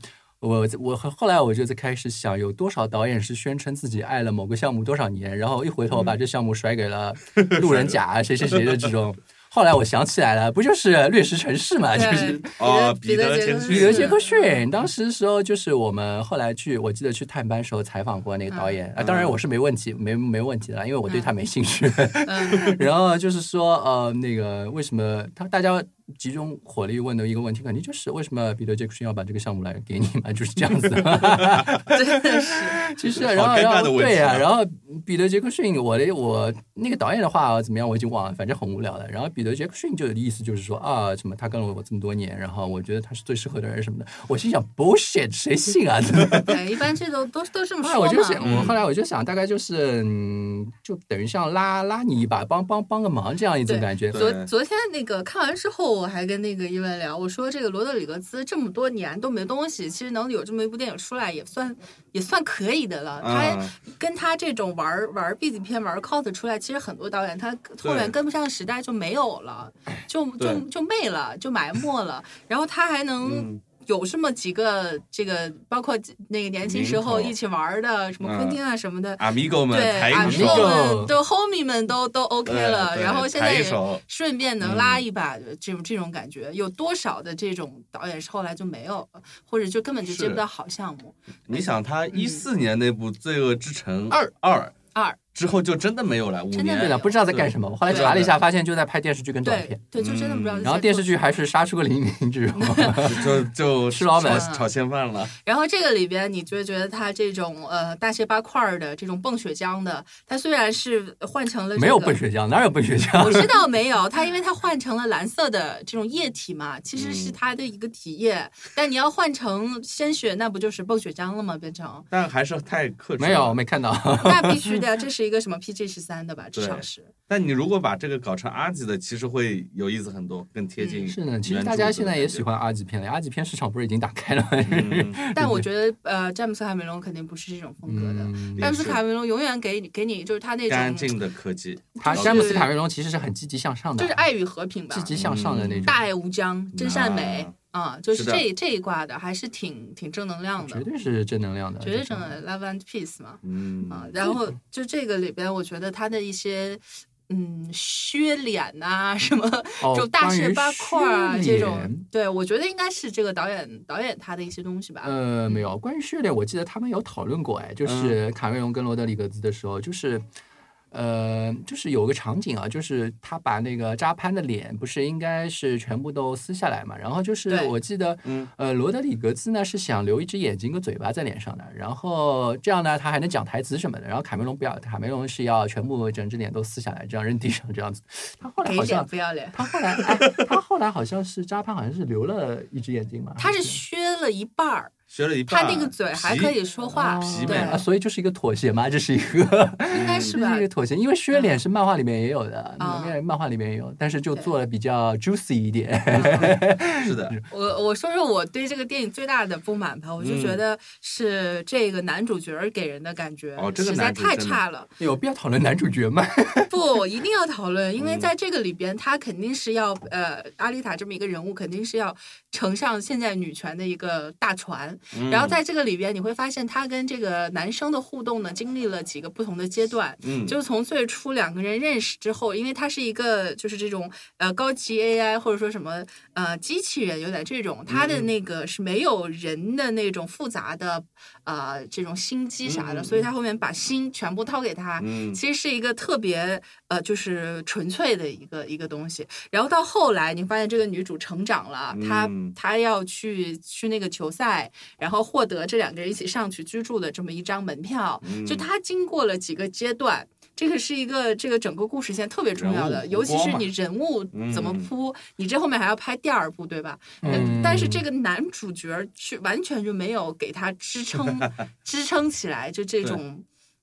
Speaker 3: 我我后后来我就在开始想，有多少导演是宣称自己爱了某个项目多少年，然后一回
Speaker 1: 嗯
Speaker 3: 头把这项目甩 给了路人甲啊谁谁谁的这种。后来我想起来了，不就是掠食城市嘛？就
Speaker 1: 对
Speaker 3: 是
Speaker 2: 啊
Speaker 1: 彼
Speaker 2: 彼
Speaker 1: 得
Speaker 2: 得
Speaker 1: 杰
Speaker 2: 杰
Speaker 1: 克逊，
Speaker 2: 克逊
Speaker 3: 彼得·杰克
Speaker 1: 嗯
Speaker 3: 逊，当时时候就是我们后来去，我记得去探班时候采访过那个导演啊，当然我是没问题，没没问题的啦，因为我对他没兴趣。
Speaker 1: 嗯，
Speaker 3: 然后就是说，呃，那个为什么他大家集中火力问的一个问题，肯定就是为什么彼得·杰克逊要把这个项目来给你嘛，就是这样子。
Speaker 1: 真的是，
Speaker 3: 其实，
Speaker 2: 好
Speaker 3: 然后
Speaker 2: 尴尬
Speaker 3: 然后
Speaker 2: 的问
Speaker 3: 对
Speaker 2: 题
Speaker 3: 呀、
Speaker 2: 啊
Speaker 3: 然后彼得·杰克逊，我的我那个导演的话啊怎么样，我已经忘了，反正很无聊的。然后彼得·杰克逊就意思就是说啊，什么他跟了我这么多年，然后我觉得他是最适合的人什么的。我心想 bullshit，谁信啊？
Speaker 1: 对，一般这种都都这么
Speaker 3: 后
Speaker 1: 说嘛。
Speaker 3: 来啊我就想，
Speaker 2: 嗯
Speaker 3: 我后来我就想，大概就是嗯，就等于像拉拉你一把，帮帮帮个忙这样一种
Speaker 1: 对
Speaker 3: 感觉。
Speaker 2: 对
Speaker 1: 昨昨天那个看完之后，我还跟那个伊文聊，我说这个罗德里格兹这么多年都没东西，其实能有这么一部电影出来，也算也算可以的了。他
Speaker 2: 啊，
Speaker 1: 跟他这种玩玩 B 级片、玩 cult 出来，其实很多导演他后面跟不上时代就没有了，就就
Speaker 2: 对
Speaker 1: 就没了，就埋没 了。然后他还能。
Speaker 2: 嗯
Speaker 1: 有这么几个这个，包括那个年轻时候
Speaker 2: 名头
Speaker 1: 一起玩的，什么昆汀啊什么的，
Speaker 2: 阿米嗯狗们
Speaker 1: 对，
Speaker 2: 抬
Speaker 1: 啊
Speaker 2: 一手
Speaker 1: 朋友
Speaker 3: Amigo，
Speaker 1: 们都 homie 们都都 OK
Speaker 2: 对
Speaker 1: 了，
Speaker 2: 对
Speaker 1: 然后现在
Speaker 2: 抬一
Speaker 1: 也
Speaker 2: 手嗯
Speaker 1: 顺便能拉一把，这种这种感觉，有多少的这种导演是后来就没有了，或者就根本就接不
Speaker 2: 是
Speaker 1: 到好项目。
Speaker 2: 你想，他一四年那部《罪恶之城二二
Speaker 1: 嗯二》
Speaker 2: 之后就真的没有了，五
Speaker 1: 真的
Speaker 3: 对
Speaker 1: 没
Speaker 2: 年
Speaker 1: 有
Speaker 3: 的，不知道在干什么。我后来查了一下，发现就在拍电视剧跟短
Speaker 1: 对
Speaker 3: 片，
Speaker 1: 对，就真的不知道。
Speaker 2: 嗯
Speaker 3: 然后电视剧，还是《杀出个黎明》这种。
Speaker 2: 就就
Speaker 3: 吃老本
Speaker 2: 炒炒现饭了。
Speaker 1: 然后这个里边，你就觉得他这种呃大卸八块儿的这种蹦雪浆的，他虽然是换成了、这个、
Speaker 3: 没有笨。雪浆，哪有笨雪
Speaker 1: 我
Speaker 3: 浆？
Speaker 1: 知道没有，它因为它换成了蓝色的这种液体嘛，其实是它的一个体液，但你要换成鲜血，那不就是蹦血浆了吗？变成
Speaker 2: 但还是太克制了，
Speaker 3: 没有，没看到。
Speaker 1: 那必须的，这是一个什么 PG 十三的吧，至少
Speaker 2: 对
Speaker 1: 是。
Speaker 2: 但你如果把这个搞成阿吉的，其实会有意思很多，更贴
Speaker 1: 嗯
Speaker 2: 近、
Speaker 3: 是呢，其实大家现在也喜。欢阿吉片了，阿吉片市场不是已经打开了吗？
Speaker 2: 嗯，
Speaker 1: 但我觉得，呃，詹姆斯卡梅隆肯定不是这种风格的。
Speaker 3: 嗯
Speaker 1: 詹姆斯
Speaker 2: 也是
Speaker 1: 卡梅隆永远给你给你就是他那
Speaker 2: 干
Speaker 1: 种
Speaker 2: 净的科技，
Speaker 3: 他
Speaker 1: 就是
Speaker 3: 詹姆斯卡梅隆其实是很积极向上的，
Speaker 1: 就是爱与和平吧
Speaker 3: 积，极向上的那种，
Speaker 1: 大爱无疆、真善美啊，就是
Speaker 2: 是的
Speaker 1: 这这一挂的，还是挺挺正能量的
Speaker 3: 绝，对是正能量的，
Speaker 1: 绝对正能量，love and peace 嘛。
Speaker 2: 嗯
Speaker 1: 啊，然后就这个里边，我觉得他的一些嗯削脸呐、 什么
Speaker 3: 哦
Speaker 1: 这种大
Speaker 3: 关
Speaker 1: 卸
Speaker 3: 于
Speaker 1: 八块儿啊
Speaker 3: 训
Speaker 1: 这
Speaker 3: 练
Speaker 1: 种，对我觉得应该是这个导演导演他的一些东西吧。
Speaker 3: 呃，没
Speaker 1: 嗯
Speaker 3: 有。关于序列，我记得他们有讨论过，哎，就是卡梅隆跟罗德里格兹的时候，就是，呃，就是有个场景啊，就是他把那个扎潘的脸不是应该是全部都撕下来嘛，然后就是
Speaker 1: 对
Speaker 3: 我记得，
Speaker 2: 嗯
Speaker 3: 呃，罗德里格兹呢是想留一只眼睛跟嘴巴在脸上的，然后这样呢他还能讲台词什么的，然后卡梅隆不要，卡梅隆是要全部整只脸都撕下来，这样扔地上这样子，他后来
Speaker 1: 给
Speaker 3: 好
Speaker 1: 脸
Speaker 3: 像。
Speaker 1: 不要脸，
Speaker 3: 他后来，哎，他后来好像是扎潘，好像是留了一只眼睛嘛。
Speaker 1: 他
Speaker 3: 还
Speaker 1: 是削了一半儿，
Speaker 2: 学了一
Speaker 1: 他
Speaker 2: 半，
Speaker 1: 那个嘴还可以说话，
Speaker 2: 皮
Speaker 1: 哦对
Speaker 2: 美，
Speaker 3: 啊，所以就是一个妥协嘛， 这是一个，
Speaker 1: 应该 是
Speaker 3: 这
Speaker 1: 吧
Speaker 3: 是一个？妥协，因为削脸是漫画里面也有的，
Speaker 1: 啊
Speaker 3: 漫漫画里面也有，但是就
Speaker 1: 对
Speaker 3: 做的比较 juicy 一点。
Speaker 2: 皮，是的，
Speaker 1: 我我说说我对这个电影最大的不满吧，我就
Speaker 2: 嗯
Speaker 1: 觉得是这个男主角儿给人的感觉
Speaker 2: 哦这个
Speaker 1: 实在
Speaker 2: 男主
Speaker 1: 太
Speaker 2: 真的
Speaker 1: 差了。
Speaker 3: 有必要讨论男主角吗？
Speaker 1: 不，一定要讨论，因为
Speaker 2: 嗯
Speaker 1: 在这个里边，他肯定是要呃，阿丽塔这么一个人物，肯定是要乘上现在女权的一个大船。
Speaker 2: 嗯
Speaker 1: 然后在这个里边，你会发现他跟这个男生的互动呢，经历了几个不同的阶段。
Speaker 2: 嗯，
Speaker 1: 就是从最初两个人认识之后，因为他是一个就是这种呃高级 AI 或者说什么呃机器人，有点这
Speaker 2: 嗯
Speaker 1: 种，他的那个是没有人的那种复杂的呃这种心机啥的，
Speaker 2: 嗯嗯
Speaker 1: 所以他后面把心全部掏给他，
Speaker 2: 嗯
Speaker 1: 其实是一个特别呃就是纯粹的一个一个东西。然后到后来，你发现这个女主成长了，她
Speaker 2: 嗯
Speaker 1: 她要去去那个球赛，然后获得这两个人一起上去居住的这么一张门票，
Speaker 2: 嗯
Speaker 1: 就他经过了几个阶段，这个是一个这个整个故事线特别重要的，
Speaker 2: 人物
Speaker 1: 尤其
Speaker 2: 光
Speaker 1: 是
Speaker 2: 嘛
Speaker 1: 你人物怎么
Speaker 2: 嗯
Speaker 1: 铺，你这后面还要拍第二部，对吧？呃
Speaker 3: 嗯
Speaker 1: 但是这个男主角儿去完全就没有给他支 撑支撑起来，就这种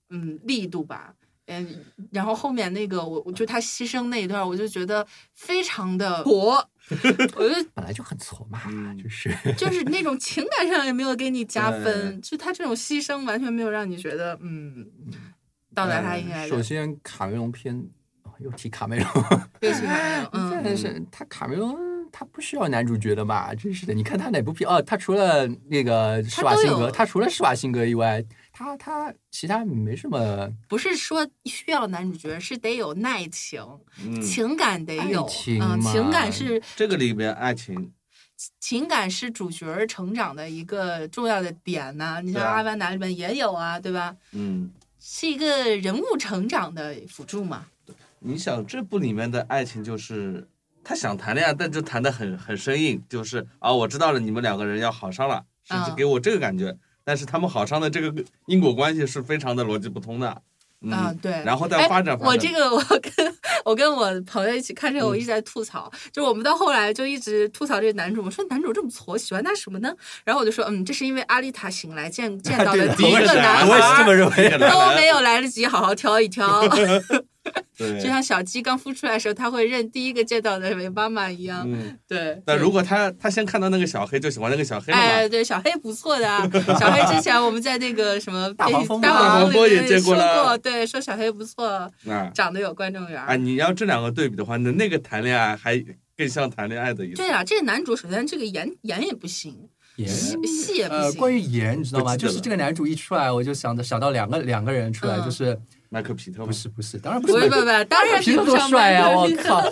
Speaker 1: 嗯力度吧。嗯，然后后面那个我，我就他牺牲那一段儿，我就觉得非常的挫，我就
Speaker 3: 本来就很挫嘛，
Speaker 2: 嗯
Speaker 3: 就是
Speaker 1: 就是那种情感上也没有给你加分，
Speaker 2: 对
Speaker 1: 就他这种牺牲完全没有让你觉得嗯，到达他应该的。
Speaker 3: 首先卡梅隆片，哦又提卡梅隆，
Speaker 1: 又去看了，
Speaker 3: 真
Speaker 1: 嗯，
Speaker 3: 的是他卡梅隆。他不需要男主角的吧？真是的，你看他哪部片？哦，他除了那个施瓦辛
Speaker 1: 都有
Speaker 3: 格，他除了施瓦辛格以外，他他其他没什么
Speaker 1: 不是说需要男主角，是得有耐情，
Speaker 2: 嗯
Speaker 1: 情感得有
Speaker 3: 爱，情
Speaker 1: 嗯，
Speaker 3: 嘛
Speaker 1: 情感是
Speaker 2: 这个里边爱情，
Speaker 1: 情感是主角儿成长的一个重要的点呐、你像《
Speaker 2: 对啊
Speaker 1: 阿凡达》里面也有啊，对吧？
Speaker 2: 嗯，
Speaker 1: 是一个人物成长的辅助嘛。
Speaker 2: 你想这部里面的爱情就是他想谈恋爱，但就谈的很很生硬，就是啊，我知道了，你们两个人要好上了，甚至
Speaker 1: 嗯
Speaker 2: 给我这个感觉，但是他们好上的这个因果关系是非常的逻辑不通的，嗯，
Speaker 1: 啊，对。
Speaker 2: 然后再发展，嗯
Speaker 1: 我这个，我跟我跟我朋友一起看这个，我一直在吐槽，就我们到后来就一直吐槽这个男主，我说男主这么挫，喜欢他什么呢？然后我就说，嗯，这是因为阿丽塔醒来见 见到
Speaker 3: 对
Speaker 1: 的
Speaker 3: 的
Speaker 1: 第一
Speaker 3: 我
Speaker 1: 个
Speaker 3: 也是
Speaker 1: 男
Speaker 3: 我也是
Speaker 1: 孩
Speaker 3: 这么
Speaker 1: 儿。
Speaker 3: 认为的。
Speaker 1: 都哦没有来得及好好挑一 挑，
Speaker 2: 对，
Speaker 1: 就像小鸡刚孵出来的时候，它会认第一个见到的为妈妈一样。
Speaker 2: 嗯，
Speaker 1: 对，
Speaker 2: 但如果啊他他先看到那个小黑就喜欢那个小黑了嘛，
Speaker 1: 哎，对，小黑不错的啊。 小黑之前我们在那个什么
Speaker 3: 大黄蜂啊
Speaker 1: 大
Speaker 3: 大
Speaker 2: 黄
Speaker 1: 黄
Speaker 2: 蜂也
Speaker 1: 里
Speaker 2: 见
Speaker 1: 说
Speaker 2: 过了
Speaker 1: 过，对，说小黑不错，
Speaker 2: 啊
Speaker 1: 长得有观众缘
Speaker 2: 啊，
Speaker 1: 儿。
Speaker 2: 你要这两个对比的话，那那个谈恋爱还更像谈恋爱的意思
Speaker 1: 对。啊，这个男主首先这个颜颜也不行，
Speaker 3: 也
Speaker 1: 戏戏也不
Speaker 3: 呃，关
Speaker 1: 行。
Speaker 3: 于盐，你知道
Speaker 2: 我
Speaker 3: 吗？
Speaker 2: 记得
Speaker 3: 就是这个男主一出来，我就想着想到两个两个人出来，
Speaker 1: 嗯
Speaker 3: 就是
Speaker 2: 麦克皮特
Speaker 3: 不
Speaker 2: 吗？
Speaker 3: 是不是，当然不
Speaker 1: 不
Speaker 3: 是
Speaker 1: 不
Speaker 3: 麦
Speaker 1: 不，
Speaker 3: 克，
Speaker 1: 当然比
Speaker 3: 皮特
Speaker 1: 不
Speaker 3: 多
Speaker 1: 上
Speaker 3: 帅啊！
Speaker 1: 班
Speaker 3: 我
Speaker 1: 克
Speaker 3: 靠，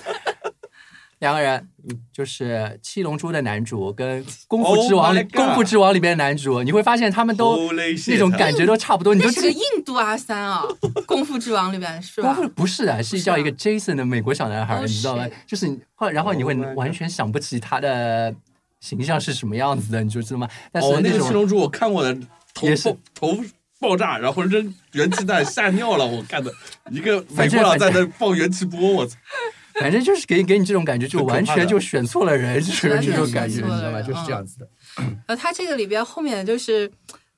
Speaker 3: 两个人嗯就是《七龙珠》的男主跟《功夫
Speaker 2: Oh
Speaker 3: 之王》
Speaker 2: my
Speaker 3: 里《功夫
Speaker 2: God 啊
Speaker 3: 之王》里面的男主，你会发现他们都
Speaker 2: Holy shit
Speaker 3: 那种感觉都差不多，你
Speaker 1: 那
Speaker 3: 就是知
Speaker 1: 个印度阿三啊，《功夫之王》里边是
Speaker 3: 功
Speaker 1: 吧？
Speaker 3: 夫不是的，是
Speaker 1: 是
Speaker 3: 叫一
Speaker 1: 啊
Speaker 3: 个 Jason 的美国小男孩，
Speaker 1: Oh
Speaker 3: 你知道吗
Speaker 1: shit？
Speaker 3: 就是你后，然后你会
Speaker 2: Oh my God
Speaker 3: 完全想不起他的形象是什么样子的，你就知道吗？但是
Speaker 2: 哦，那个
Speaker 3: 种
Speaker 2: 七龙珠我看我的头
Speaker 3: 也是
Speaker 2: 爆头爆炸，然后扔元气弹吓尿了，我看的一个美
Speaker 3: 反
Speaker 2: 国
Speaker 3: 正
Speaker 2: 佬在那放元气波，我操！
Speaker 3: 反正就是给给你这种感觉，就
Speaker 2: 很可
Speaker 3: 完
Speaker 2: 怕
Speaker 3: 全
Speaker 2: 的
Speaker 3: 就选错了人，就是
Speaker 1: 完
Speaker 3: 这
Speaker 1: 全
Speaker 3: 种感觉，
Speaker 1: 选
Speaker 3: 你
Speaker 1: 错
Speaker 3: 知道
Speaker 1: 了
Speaker 3: 吗？
Speaker 1: 人
Speaker 3: 就是
Speaker 1: 嗯
Speaker 3: 这样子的。
Speaker 1: 呃，他这个里边后面就是，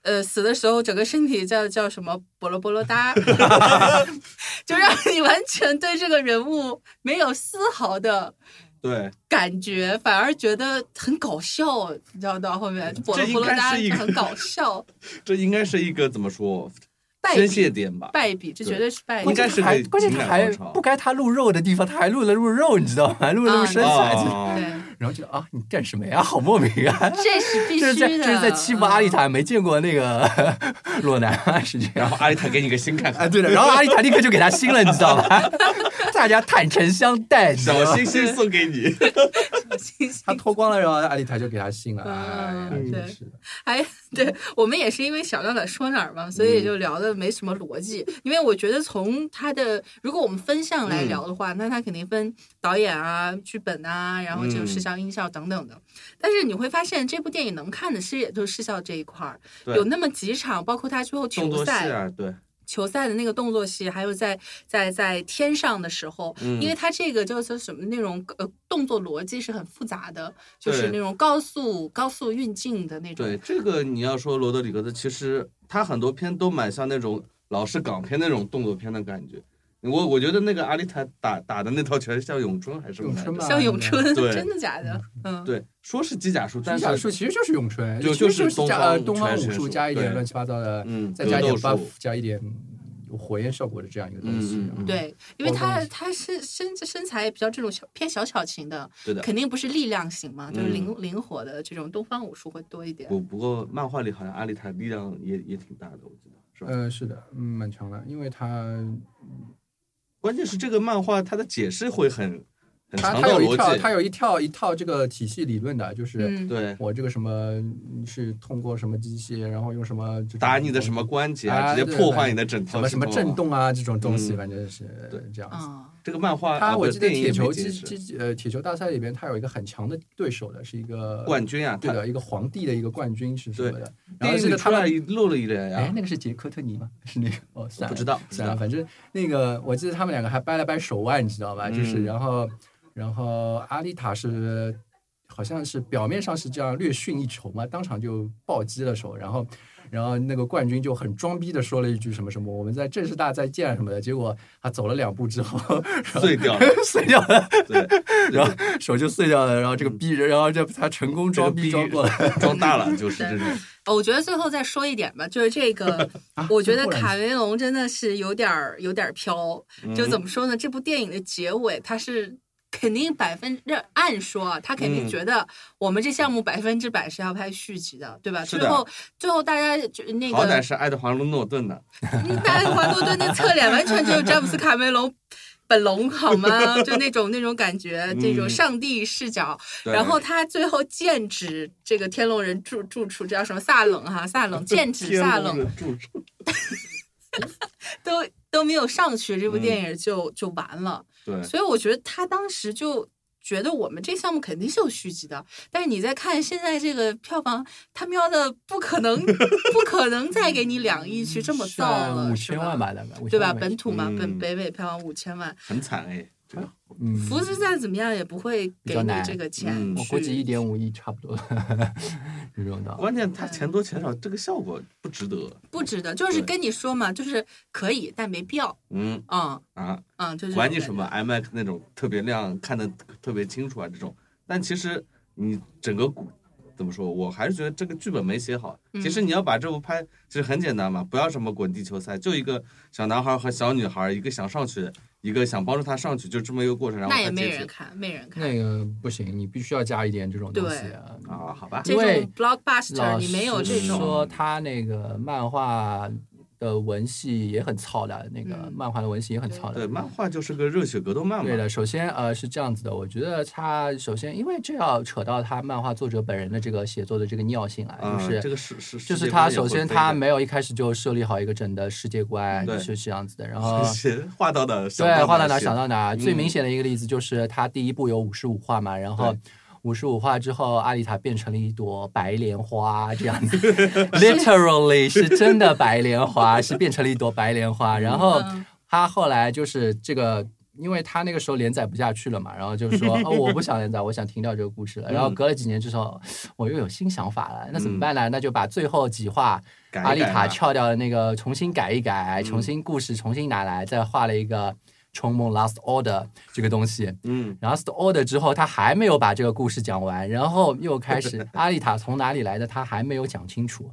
Speaker 1: 呃死的时候整个身体叫叫什么波罗波罗哒，就让你完全对这个人物没有丝毫的
Speaker 2: 对，
Speaker 1: 感觉，反而觉得很搞笑，你知道到后面波罗波罗哒
Speaker 2: 这应该是一个
Speaker 1: 很搞笑，
Speaker 2: 这应该是一个怎么说
Speaker 1: 败
Speaker 2: 宣
Speaker 1: 笔
Speaker 2: 泄点吧？
Speaker 1: 败笔，这绝对是败笔
Speaker 2: 应。该是
Speaker 3: 还
Speaker 2: 个
Speaker 3: 关键
Speaker 2: 情
Speaker 3: 他
Speaker 2: 感
Speaker 3: 还
Speaker 2: 高潮
Speaker 3: 不该他露肉的地方，他还露了露肉，你知道吗？露了露身材，就是
Speaker 2: 啊，
Speaker 1: 对，
Speaker 3: 然后就啊，你干什么呀？好莫名啊！
Speaker 1: 这是必
Speaker 3: 这是
Speaker 1: 须
Speaker 3: 在
Speaker 1: 的。嗯
Speaker 3: 这是在欺负阿 丽塔，没见过那个 裸男啊，是这
Speaker 2: 然
Speaker 3: 样
Speaker 2: 后。阿丽塔给你个新看
Speaker 3: 啊，
Speaker 2: 看，
Speaker 3: 对了，然后阿丽塔立刻就给他心了，你知道吧？ 大家坦诚相待，你知道
Speaker 2: 小
Speaker 3: 吗？
Speaker 2: 星星送给你。
Speaker 1: 嗯。信息
Speaker 3: 他脱光了，然后阿丽塔就给他心了。哎，
Speaker 1: 嗯
Speaker 3: 真是的。
Speaker 1: 哎，
Speaker 2: 嗯
Speaker 1: 对我们也是因为想到哪儿说哪儿嘛，所以就聊的没什么逻辑。因为我觉得从他的，如果我们分项来
Speaker 2: 嗯
Speaker 1: 聊的话，那他肯定分导演啊、剧本啊，然后这种
Speaker 2: 嗯
Speaker 1: 视效、音效等等的。但是你会发现，这部电影能看的是也就是视效这一块儿，
Speaker 2: 对
Speaker 1: 有那么几场，包括他最后
Speaker 2: 动
Speaker 1: 球
Speaker 2: 作戏
Speaker 1: 赛、
Speaker 2: 啊，对，
Speaker 1: 球赛的那个动作戏，还有在在在天上的时候，
Speaker 2: 嗯
Speaker 1: 因为它这个叫做什么那种呃动作逻辑是很复杂的，就是
Speaker 2: 对
Speaker 1: 那种高速高速运镜的那种。
Speaker 2: 对这个你要说罗德里格斯，其实他很多片都蛮像那种老式港片那种动作片的感觉。我我觉得那个阿丽塔打打的那套拳像咏春还是什么来着
Speaker 3: 咏春吧
Speaker 1: 像咏春，
Speaker 2: 嗯 对
Speaker 1: 真的假的？嗯，
Speaker 2: 对，说是机甲术，但
Speaker 3: 机甲术
Speaker 2: 是
Speaker 3: 其实就是咏春，
Speaker 2: 就
Speaker 3: 其实
Speaker 2: 就是
Speaker 3: 就是
Speaker 2: 东
Speaker 3: 加
Speaker 2: 方
Speaker 3: 呃东方
Speaker 2: 传
Speaker 3: 武
Speaker 2: 神
Speaker 3: 术
Speaker 2: 术
Speaker 3: 加一点
Speaker 2: 对
Speaker 3: 乱七八糟的，
Speaker 2: 嗯，
Speaker 3: 再加一
Speaker 2: 格
Speaker 3: 点
Speaker 2: 斗
Speaker 3: buff，
Speaker 2: 术，
Speaker 3: 加一点有火焰效果的这样一个东西
Speaker 2: 嗯嗯。嗯
Speaker 3: 然后
Speaker 1: 对，因为
Speaker 3: 包括
Speaker 1: 他
Speaker 3: 那些
Speaker 1: 他身身身材也比较这种小偏小巧型的，
Speaker 2: 对的。
Speaker 1: 肯定不是力量型嘛，就是
Speaker 2: 嗯
Speaker 1: 灵、灵活的这种东方武术会多一点。
Speaker 2: 不不过漫画里好像阿丽塔力量也也挺大的，我记得是吧？
Speaker 3: 呃，是的，嗯，蛮强的，因为他
Speaker 2: 关键是这个漫画它的解释会很很
Speaker 3: 他
Speaker 2: 强
Speaker 3: 他
Speaker 2: 调
Speaker 3: 有一
Speaker 2: 逻
Speaker 3: 套
Speaker 2: 辑，
Speaker 3: 他有一套一套这个体系理论的，就是
Speaker 1: 嗯，
Speaker 2: 对
Speaker 3: 我这个什么是通过什么机械，然后用什么这种
Speaker 2: 打你的什么关节
Speaker 3: 啊
Speaker 2: 啊，直接
Speaker 3: 对
Speaker 2: 破
Speaker 3: 对
Speaker 2: 坏你的整
Speaker 3: 什
Speaker 2: 套
Speaker 3: 么什么
Speaker 2: 系统啊
Speaker 3: 震。动啊这种东西，
Speaker 2: 嗯
Speaker 3: 反正是
Speaker 2: 对
Speaker 3: 这样子。
Speaker 1: 啊、
Speaker 2: 这个漫画
Speaker 3: 他
Speaker 2: 啊，
Speaker 3: 我
Speaker 2: 不
Speaker 3: 记
Speaker 2: 是
Speaker 3: 得
Speaker 2: 电影
Speaker 3: 铁
Speaker 2: 也
Speaker 3: 球
Speaker 2: 没
Speaker 3: 击
Speaker 2: 解释
Speaker 3: 击呃铁球大赛里边，他有一个很强的对手的，是一个
Speaker 2: 冠军啊，
Speaker 3: 对
Speaker 2: 他
Speaker 3: 的一个皇帝的一个冠军是什么的，
Speaker 2: 电
Speaker 3: 然后
Speaker 2: 影
Speaker 3: 这
Speaker 2: 里
Speaker 3: 个他
Speaker 2: 出来
Speaker 3: 们
Speaker 2: 露了一脸
Speaker 3: 哎
Speaker 2: 呀，
Speaker 3: 那个是杰克特尼吗？ 是那个哦算
Speaker 2: 不
Speaker 3: 了
Speaker 2: 知道，不知
Speaker 3: 算了，
Speaker 2: 道，
Speaker 3: 反正那个我记得他们两个还掰了掰手腕，你知道吧？就是
Speaker 2: 嗯
Speaker 3: 然后然后阿丽塔是好像是表面上是这样略逊一筹嘛，当场就暴击了手，然后然后那个冠军就很装逼的说了一句什么什么我们在正式大再见什么的，结果他走了两步之后
Speaker 2: 碎 掉了，
Speaker 3: 碎掉了，
Speaker 2: 对，
Speaker 3: 然后手就碎掉了，然后这个逼，然后这他成功
Speaker 2: 嗯这个
Speaker 3: 装逼装过了。
Speaker 2: 装大了就是这种，
Speaker 1: 哦我觉得最后再说一点吧，就是这 个，
Speaker 2: 啊
Speaker 1: 我觉得
Speaker 3: 最后来
Speaker 1: 卡梅隆真的是有点儿有点儿飘，就
Speaker 2: 嗯
Speaker 1: 怎么说呢？这部电影的结尾，它是肯定百分之按说啊，他肯定
Speaker 2: 嗯
Speaker 1: 觉得我们这项目百分之百是要拍续集的，对吧？
Speaker 2: 是
Speaker 1: 最
Speaker 2: 的
Speaker 1: 后最后大家就那
Speaker 2: 好歹
Speaker 1: 个，
Speaker 2: 是爱德华·诺顿的，
Speaker 1: 嗯大家华多顿的侧脸完全只有詹姆斯卡梅隆。本龙好吗？就那种那种感觉，这种
Speaker 2: 嗯
Speaker 1: 上帝视角。
Speaker 2: 对
Speaker 1: 然后他最后剑指这个天龙人住住处，这叫什么萨冷哈？萨冷剑指
Speaker 2: 天
Speaker 1: 萨
Speaker 2: 龙
Speaker 1: 冷，
Speaker 2: 人住处
Speaker 1: 都都没有上去，这部
Speaker 2: 嗯
Speaker 1: 电影就、就完了。
Speaker 2: 对，
Speaker 1: 所以我觉得他当时就觉得我们这项目肯定是有续集的，但是你再看现在这个票房，他喵的不可 能，不可能再给你两亿去这么造
Speaker 2: 啊
Speaker 1: 了，
Speaker 3: 五
Speaker 1: 是
Speaker 3: 千万
Speaker 1: 吧，
Speaker 3: 吧，大概
Speaker 1: 对吧？本土嘛，
Speaker 2: 嗯
Speaker 1: 本北美票房五千万，
Speaker 2: 很惨哎，这个
Speaker 1: 福斯再怎么样也不会
Speaker 3: 比
Speaker 1: 给
Speaker 3: 较
Speaker 1: 你
Speaker 3: 难
Speaker 1: 这个钱去、
Speaker 2: 嗯
Speaker 3: 嗯我估计一点五亿差不多 了，这种的。
Speaker 2: 关键他钱多钱少，这个效果不值得，
Speaker 1: 不值得，就是
Speaker 2: 对
Speaker 1: 跟你说嘛，就是可以，但没必要，
Speaker 2: 嗯
Speaker 1: 嗯
Speaker 2: 啊，
Speaker 1: 嗯，就是
Speaker 2: 管你什么 IMAX 那种特别亮，看的特别清楚啊这种，但其实你整个故怎么说，我还是觉得这个剧本没写好。
Speaker 1: 嗯
Speaker 2: 其实你要把这部拍，其实很简单嘛，不要什么滚地球赛，就一个小男孩和小女孩，一个想上去，一个想帮助他上去，就这么一个过程，然后
Speaker 1: 那也
Speaker 2: 他
Speaker 1: 没
Speaker 2: 结
Speaker 1: 人
Speaker 2: 束
Speaker 1: 看，没人看。
Speaker 3: 那个不行，你必须要加一点这种东西
Speaker 1: 对
Speaker 3: 啊。
Speaker 2: 啊，好吧，
Speaker 1: 这
Speaker 3: 因为
Speaker 1: 种 blockbuster
Speaker 3: 老
Speaker 1: 你没有
Speaker 3: 实
Speaker 1: 这种，
Speaker 3: 说他那个漫画的文戏也很糙的，那个
Speaker 1: 嗯
Speaker 3: 漫画的文戏也很糙的
Speaker 2: 对，。漫画就是个热血格斗漫嘛，
Speaker 3: 对的，首先呃是这样子的，我觉得他首先因为这要扯到他漫画作者本人的这个写作的这个尿性来，
Speaker 2: 啊，
Speaker 3: 就是
Speaker 2: 这个是是
Speaker 3: 就是他首先他没有一开始就设立好一个整的世界观，
Speaker 2: 对
Speaker 3: 是这样子 的。然后
Speaker 2: 有画到的，想
Speaker 3: 对，画到哪
Speaker 2: 写
Speaker 3: 想到哪。最
Speaker 2: 嗯
Speaker 3: 明显的一个例子就是他第一部有五十五画嘛，然后
Speaker 2: 对。
Speaker 3: 五十五画之后，阿丽塔变成了一朵白莲花，这样子，literally 是真的白莲花，是变成了一朵白莲花。然后
Speaker 1: 嗯
Speaker 3: 他后来就是这个因为他那个时候连载不下去了嘛，然后就说哦，我不想连载，我想停掉这个故事了。
Speaker 2: 嗯
Speaker 3: 然后隔了几年之后，我又有新想法了，那怎么办呢？那就把最后几话
Speaker 2: 改一
Speaker 3: 阿丽
Speaker 2: 改
Speaker 3: 塔
Speaker 2: 吧
Speaker 3: 翘掉的那个重新改一改，
Speaker 2: 嗯
Speaker 3: 重新故事重新拿来，再画了一个《冲梦 Last Order》这个东西。
Speaker 2: 嗯，
Speaker 3: 然后 Last Order 之后，他还没有把这个故事讲完，然后又开 始阿丽塔从哪里来的，他还没有讲清楚。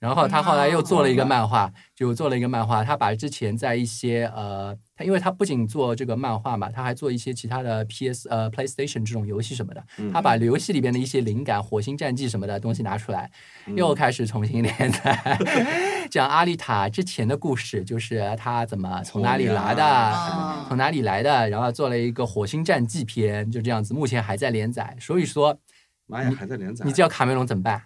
Speaker 3: 然后他后来又做了一个漫
Speaker 2: 啊
Speaker 3: 画，就做了一个漫画，他把之前在一些呃，他因为他不仅做这个漫画嘛，他还做一些其他的 PS 呃 PlayStation 这种游戏什么的，
Speaker 2: 嗯
Speaker 3: 他把游戏里边的一些灵感、火星战记什么的东西拿出来，又开始重新连载， 讲阿丽塔之前的故事，就是她怎么从哪里来的，
Speaker 1: 啊
Speaker 3: 从哪里来的，然后做了一个火星战记篇，就这样子，目前还在连载。所以说，
Speaker 2: 妈呀，还在连载，啊
Speaker 3: 你叫卡梅隆怎么办？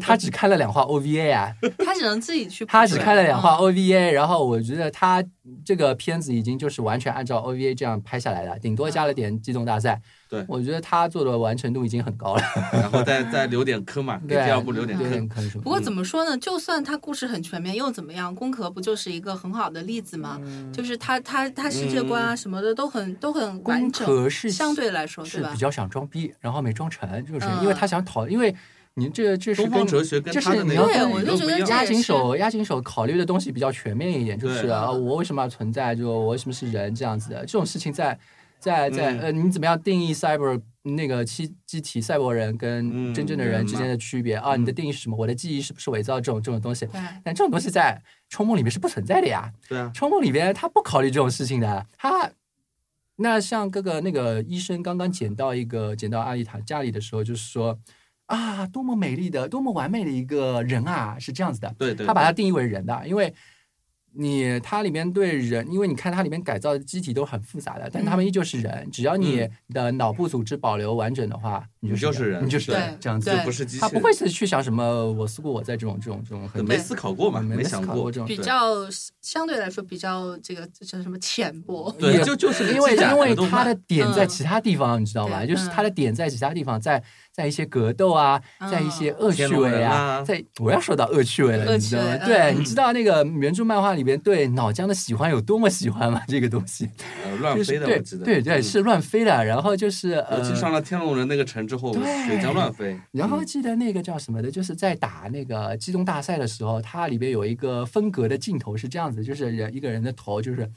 Speaker 3: 他只看了两话 OVA 啊，
Speaker 1: 他只能自己去补。
Speaker 3: 他只看了两话
Speaker 1: 嗯
Speaker 3: OVA，然后我觉得他这个片子已经就是完全按照 OVA 这样拍下来了，顶多加了点机动大赛。
Speaker 2: 对
Speaker 3: 我觉得他做的完成度已经很高了。
Speaker 2: 然后再再留点坑嘛，给
Speaker 3: 对
Speaker 2: 第二部留点
Speaker 3: 有
Speaker 2: 坑
Speaker 3: 点。坑什么
Speaker 1: 不过怎么说
Speaker 3: 嗯
Speaker 1: 呢？就算他故事很全面，又怎么样？《宫壳》不就是一个很好的例子吗？
Speaker 3: 嗯
Speaker 1: 就是他他他世界观啊什么的都很、都很完
Speaker 3: 宫
Speaker 1: 整，
Speaker 3: 壳是
Speaker 1: 相对来说
Speaker 3: 是
Speaker 1: 对吧
Speaker 3: 比？较想装逼，然后没装成，就是
Speaker 1: 嗯
Speaker 3: 因为他想讨，因为你这这是
Speaker 2: 东方
Speaker 3: 跟
Speaker 2: 哲学跟
Speaker 3: 就是
Speaker 2: 他的
Speaker 3: 你
Speaker 2: 那
Speaker 3: 要
Speaker 2: 个
Speaker 3: 对
Speaker 2: 理
Speaker 1: 我就
Speaker 2: 论
Speaker 1: 觉
Speaker 2: 不
Speaker 1: 得
Speaker 2: 一样
Speaker 1: 这
Speaker 3: 押
Speaker 1: 也
Speaker 3: 井
Speaker 1: 是
Speaker 3: 守，押井守考虑的东西比较全面一点，就是
Speaker 2: 对
Speaker 3: 啊我为什么要存在，就我为什么是人这样子的这种事情在，在在
Speaker 2: 嗯
Speaker 3: 呃，你怎么样定义 cyber 那个机机体赛博人跟
Speaker 2: 嗯
Speaker 3: 真正的
Speaker 2: 人
Speaker 3: 人之
Speaker 2: 嘛
Speaker 3: 间的区别啊？
Speaker 2: 嗯
Speaker 3: 你的定义是什么？我的记忆是不是伪造这种这种东西？
Speaker 1: 对，
Speaker 3: 但这种东西在冲梦里面是不存在的呀。
Speaker 2: 对啊，
Speaker 3: 冲梦里边他不考虑这种事情的，他那像哥哥那个医生刚刚捡到一个捡到阿丽塔家里的时候，就是说啊，多么美丽的，多么完美的一个人啊，是这样子的，
Speaker 2: 对对，
Speaker 3: 他把它定义为人啊的，因为。你它里面对人，因为你看它里面改造的机体都很复杂的，但他们依旧是人。只要你的脑部组织保留完整的话，你
Speaker 2: 嗯你就是
Speaker 3: 人，
Speaker 2: 人
Speaker 3: 你就是
Speaker 1: 对
Speaker 3: 人，这样子
Speaker 2: 就
Speaker 1: 对。
Speaker 2: 不是机器
Speaker 3: 他
Speaker 2: 人，
Speaker 3: 不会是去想什么我思故我在这种这种这种很
Speaker 2: 没思考过嘛，
Speaker 3: 没
Speaker 2: 想
Speaker 3: 思考
Speaker 2: 过
Speaker 3: 这种
Speaker 1: 比
Speaker 2: 对
Speaker 1: 较相对来说比较这个这叫什么浅薄。
Speaker 2: 对，
Speaker 3: 也
Speaker 2: 就就是
Speaker 3: 因为
Speaker 2: 机甲
Speaker 3: 因为
Speaker 2: 动
Speaker 3: 他
Speaker 2: 漫
Speaker 3: 的点在
Speaker 1: 嗯
Speaker 3: 其他地方，你知道吗？
Speaker 1: 对
Speaker 3: 就是他的点在其他地方，在在一些格斗啊，
Speaker 1: 嗯
Speaker 3: 在一些恶趣
Speaker 2: 天龙
Speaker 3: 味
Speaker 2: 人
Speaker 3: 啊，
Speaker 2: 啊
Speaker 3: 在我要说到恶趣味了，
Speaker 1: 恶
Speaker 3: 你知
Speaker 1: 趣
Speaker 3: 道吗？
Speaker 1: 味
Speaker 3: 对，
Speaker 1: 嗯
Speaker 3: 你知道那个原著漫画里边对脑浆的喜欢有多么喜欢吗？这个东西
Speaker 2: 呃乱
Speaker 3: 就是
Speaker 2: 飞的，
Speaker 3: 对
Speaker 2: 我记得
Speaker 3: 对对
Speaker 2: 嗯
Speaker 3: 是乱飞的，然后就是呃
Speaker 2: 尤其，上了天龙人那个城之后，
Speaker 3: 对
Speaker 2: 水将乱飞。
Speaker 3: 然后
Speaker 2: 嗯
Speaker 3: 记得那个叫什么的，就是在打那个机动大赛的时候，它里边有一个分隔的镜头是这样子，就是人一个人的头就是。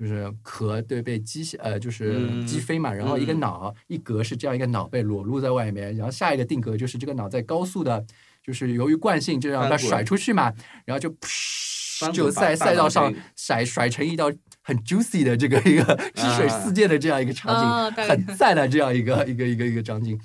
Speaker 3: 就是壳对被击呃，就是
Speaker 2: 嗯
Speaker 3: 击飞嘛，然后一个脑一格是这样一个脑被裸露在外面，然后下一个定格就是这个脑在高速的，就是由于惯性就让它
Speaker 2: 翻滚
Speaker 3: 甩出去嘛，然后就
Speaker 2: 翻滚
Speaker 3: 就
Speaker 2: 把
Speaker 3: 在
Speaker 2: 大
Speaker 3: 赛道
Speaker 2: 脑
Speaker 3: 上
Speaker 2: 给
Speaker 3: 甩甩成一道很 juicy 的这个一个 汁水
Speaker 2: 啊
Speaker 3: 四溅的这样一个
Speaker 1: 哦
Speaker 3: 场景，
Speaker 1: 大概
Speaker 3: 很赞的这样一个一个一个一个场景，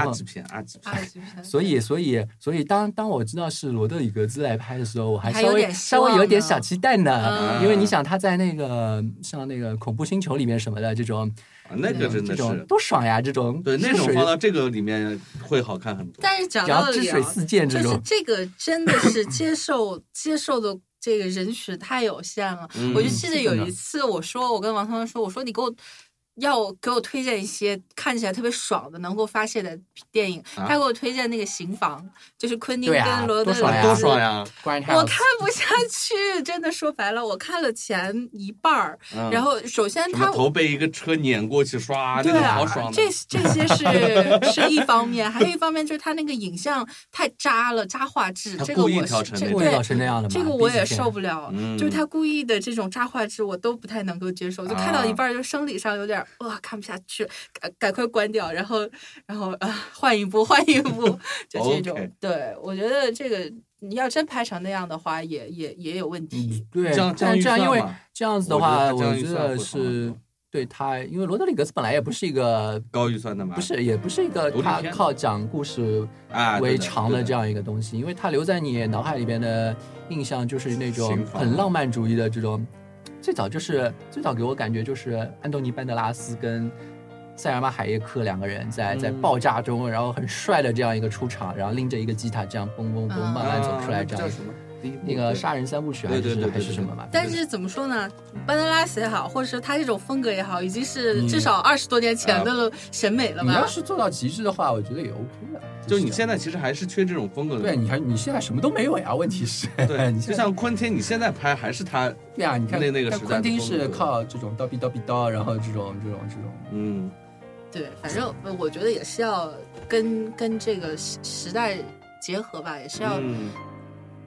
Speaker 2: 阿
Speaker 3: 后
Speaker 2: 几片阿几片，
Speaker 1: 啊就是这样
Speaker 3: 所以，所以，所以当，当我知道是罗德里格兹来拍的时候，我还
Speaker 1: 还
Speaker 3: 稍
Speaker 1: 有
Speaker 3: 微
Speaker 1: 点希
Speaker 3: 稍微有
Speaker 1: 望
Speaker 3: 点
Speaker 1: 呢
Speaker 3: 小期待呢，
Speaker 2: 嗯
Speaker 3: 因为你想他在那个像那个恐怖星球里面什么的这种，
Speaker 2: 啊那
Speaker 3: 这
Speaker 2: 个
Speaker 3: 种
Speaker 2: 真的
Speaker 3: 这种
Speaker 2: 是
Speaker 3: 多爽呀！这种
Speaker 2: 对那
Speaker 3: 汁
Speaker 2: 种
Speaker 3: 水
Speaker 2: 放到这个里面会好看很多。
Speaker 1: 但是讲
Speaker 3: 然
Speaker 1: 道
Speaker 3: 后汁
Speaker 1: 理啊
Speaker 3: 水，四溅
Speaker 1: 就
Speaker 3: 这
Speaker 1: 是
Speaker 3: 种，
Speaker 1: 这个真的是接受接受的这个人群太有限了。我就
Speaker 2: 嗯
Speaker 1: 记得
Speaker 3: 是
Speaker 1: 有
Speaker 3: 的
Speaker 1: 一次，我说我跟王涛说，我说你给我。要给我推荐一些看起来特别爽的、能够发泄的电影。
Speaker 2: 啊
Speaker 1: 他给我推荐那个《刑房》，就是昆汀
Speaker 3: 对啊
Speaker 1: 跟罗德
Speaker 3: 多
Speaker 1: 里
Speaker 3: 爽呀
Speaker 1: 格
Speaker 2: 多
Speaker 1: 斯
Speaker 2: 爽呀！
Speaker 1: 我看不下去，真的说白了，我看了前一半儿，
Speaker 2: 嗯
Speaker 1: 然后首先
Speaker 2: 什
Speaker 1: 他
Speaker 2: 么头被一个车碾过去，刷
Speaker 1: 对
Speaker 2: 那个
Speaker 1: 啊
Speaker 2: 好爽的
Speaker 1: 这。这些是是一方面，还有一方面就是他那个影像太渣了，渣画质，
Speaker 2: 他
Speaker 1: 这个
Speaker 2: 故意
Speaker 1: 我
Speaker 2: 调
Speaker 1: 是
Speaker 2: 成
Speaker 1: 这
Speaker 2: 那
Speaker 3: 故意
Speaker 1: 对
Speaker 3: 搞成那样的嘛，
Speaker 1: 这个我也
Speaker 3: 毕竟
Speaker 1: 受不了，
Speaker 2: 嗯
Speaker 1: 就是他故意的这种渣画质，我都不太能够接受。就看
Speaker 2: 啊
Speaker 1: 到一半儿，就生理上有点儿哇、看不下去，赶赶快关掉，然后然后啊、换一部，换一部，就这种。
Speaker 2: OK
Speaker 1: 对，我觉得这个你要真拍成那样的话，也也也有问题。
Speaker 3: 嗯对，
Speaker 2: 这样
Speaker 3: 但
Speaker 2: 这样预
Speaker 3: 这样
Speaker 2: 算嘛
Speaker 3: 因为这样子的
Speaker 2: 我觉得
Speaker 3: 话，
Speaker 2: 他这
Speaker 3: 我
Speaker 2: 样预
Speaker 3: 觉
Speaker 2: 算
Speaker 3: 得
Speaker 2: 会好很
Speaker 3: 是
Speaker 2: 多
Speaker 3: 对他，因为罗德里格斯本来也不是一个。
Speaker 2: 高预算的嘛，
Speaker 3: 不是，也不是一个
Speaker 2: 独立
Speaker 3: 他
Speaker 2: 片
Speaker 3: 靠讲故事
Speaker 2: 啊，对
Speaker 3: 为
Speaker 2: 的
Speaker 3: 常
Speaker 2: 对
Speaker 3: 的
Speaker 2: 的
Speaker 3: 这样一个东西，因为它留在你脑海里边的印象就是那种
Speaker 2: 刑法
Speaker 3: 很浪漫主义的这种，最早就是最早给我感觉就是安东尼·班德拉斯跟塞尔玛·海耶克两个人在在
Speaker 2: 嗯
Speaker 3: 爆炸中，然后很帅的这样一个出场，然后拎着一个吉他这样嘣嘣嘣
Speaker 1: 啊
Speaker 3: 慢慢走出来
Speaker 2: 啊
Speaker 3: 这
Speaker 2: 那
Speaker 3: 样
Speaker 2: 叫
Speaker 3: 一个，
Speaker 2: 什么？第一部
Speaker 3: 那个杀人三部曲还
Speaker 2: 对对对
Speaker 3: 是
Speaker 2: 对
Speaker 3: 还是
Speaker 2: 对
Speaker 3: 什么
Speaker 2: 对
Speaker 3: 嘛？
Speaker 1: 但是怎么说呢，班德拉斯也好，或者是他这种风格也好，已经是
Speaker 3: 嗯
Speaker 1: 至少二十多年前的了审美了
Speaker 4: 你要
Speaker 1: 吧？
Speaker 4: 是做到极致的话，我觉得也 OK
Speaker 3: 啊
Speaker 4: 的。
Speaker 2: 就你现在其实还是缺这种风格的，
Speaker 4: 对，你还你现在什么都没有呀？问题是，
Speaker 2: 对，
Speaker 4: 你现在
Speaker 2: 就像昆汀，你现在拍还是他，
Speaker 4: 对啊，你看
Speaker 2: 那那个
Speaker 4: 但
Speaker 2: 时代
Speaker 4: 昆
Speaker 2: 的
Speaker 4: 汀
Speaker 2: 风
Speaker 4: 是
Speaker 2: 格
Speaker 4: 靠这种叨逼叨逼叨，然后这种这种这种，
Speaker 2: 嗯，
Speaker 1: 对，反正呃我觉得也是要跟跟这个时时代结合吧，也是要
Speaker 2: 嗯，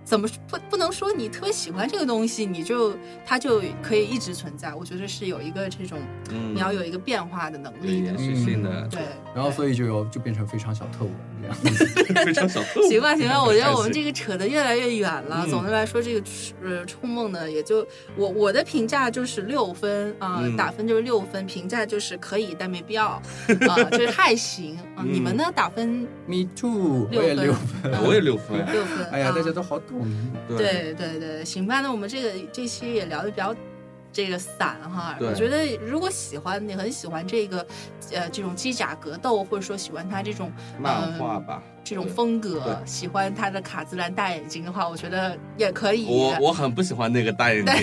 Speaker 1: 怎么说不不能说你特别喜欢这个东西，你就它就可以一直存在。我觉得是有一个这种
Speaker 2: 嗯
Speaker 1: 你要有一个变化的能
Speaker 2: 对
Speaker 1: 力的
Speaker 2: 延。
Speaker 3: 嗯
Speaker 2: 续性的，
Speaker 1: 对，
Speaker 4: 然后
Speaker 1: 对
Speaker 4: 所以就有就变成非常小特务了这样 子。
Speaker 2: 非常小嗯众。
Speaker 1: 行吧，行吧，我觉得我
Speaker 2: 还
Speaker 1: 们
Speaker 2: 是
Speaker 1: 这个扯得越来越远了。
Speaker 2: 嗯
Speaker 1: 总的来说，这个呃冲梦呢，也就我我的评价就是六分啊、
Speaker 2: 嗯
Speaker 1: 打分就是六分，评价就是可以但没必要啊、 就是还行啊、
Speaker 2: 嗯
Speaker 1: 你们呢？打分
Speaker 4: Me too，
Speaker 1: 六
Speaker 4: 我也
Speaker 1: 分
Speaker 4: 六分。
Speaker 2: 我也六分，
Speaker 1: 六分。
Speaker 4: 哎呀，
Speaker 1: 啊
Speaker 4: 大家都好懂。
Speaker 1: 对对对，行吧，那我们这个这期也聊的比较。这个散哈，
Speaker 2: 对
Speaker 1: 我觉得如果喜欢你很喜欢这个，呃，这种机甲格斗，或者说喜欢他这种呃
Speaker 2: 漫
Speaker 1: 嗯
Speaker 2: 画吧，
Speaker 1: 这种
Speaker 2: 对
Speaker 1: 风格，
Speaker 2: 对
Speaker 1: 喜欢他的卡姿兰大眼睛的话，我觉得也可以。
Speaker 2: 我我很不喜欢那个大眼睛，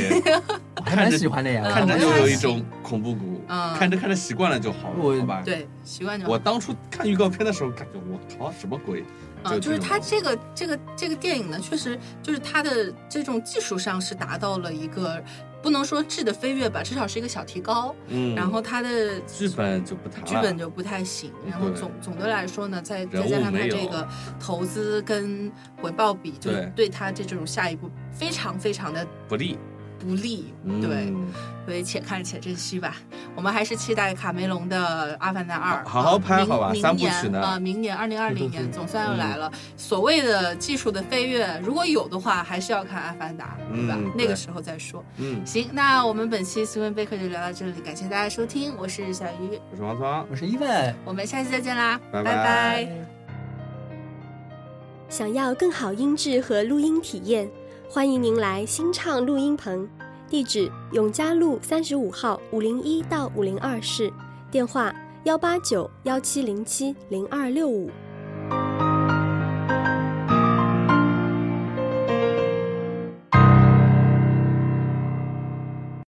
Speaker 4: 我还蛮喜欢的呀。
Speaker 1: 嗯
Speaker 2: 看着就
Speaker 1: 我也
Speaker 2: 有
Speaker 1: 很
Speaker 2: 一
Speaker 1: 喜
Speaker 2: 种恐怖谷，
Speaker 1: 嗯
Speaker 2: 看着看着习惯了就好
Speaker 3: 我
Speaker 2: 了，好吧？，
Speaker 1: 对习惯就
Speaker 2: 我
Speaker 1: 好。
Speaker 2: 当初看预告片的时候，感觉我靠，什么鬼？
Speaker 1: 嗯，就
Speaker 2: 这
Speaker 1: 是
Speaker 2: 种
Speaker 1: 他这个这个这个电影呢，确实就是他的这种技术上是达到了一个不能说质的飞跃吧，至少是一个小提高。
Speaker 2: 嗯，
Speaker 1: 然后他的
Speaker 2: 剧本就不谈了，
Speaker 1: 剧本就不太行，然后
Speaker 2: 对
Speaker 1: 总总的来说呢，再
Speaker 2: 人
Speaker 1: 再
Speaker 2: 物
Speaker 1: 加上他
Speaker 2: 没有
Speaker 1: 这个投资跟回报比，就
Speaker 2: 对
Speaker 1: 对他这种下一步非常非常的
Speaker 2: 不利，
Speaker 1: 不利。
Speaker 2: 嗯
Speaker 1: 对，所以且看且珍惜吧。我们还是期待卡梅隆的《阿凡达二》啊，
Speaker 2: 好好拍
Speaker 1: 明
Speaker 2: 好吧
Speaker 1: 明
Speaker 2: 三部
Speaker 1: 年
Speaker 2: 曲呢嗯
Speaker 1: 啊、明年二零二零年总算要来了。所谓的技术的飞跃，如果有的话，还是要看《阿凡达》，对吧？
Speaker 2: 嗯
Speaker 1: 那个
Speaker 2: 对
Speaker 1: 时候再说。
Speaker 2: 嗯，
Speaker 1: 行，那我们本期新闻备课就聊到这里，感谢大家收听，我是小鱼，
Speaker 2: 我是王聪，
Speaker 4: 我是伊万。
Speaker 1: 我们下期再见啦，
Speaker 2: 拜
Speaker 1: 拜拜
Speaker 5: 想要更好音质和录音体验，欢迎您来新畅录音棚，地址永嘉路三十五号五零一到五零二室，电话幺八九幺七零七零二六五。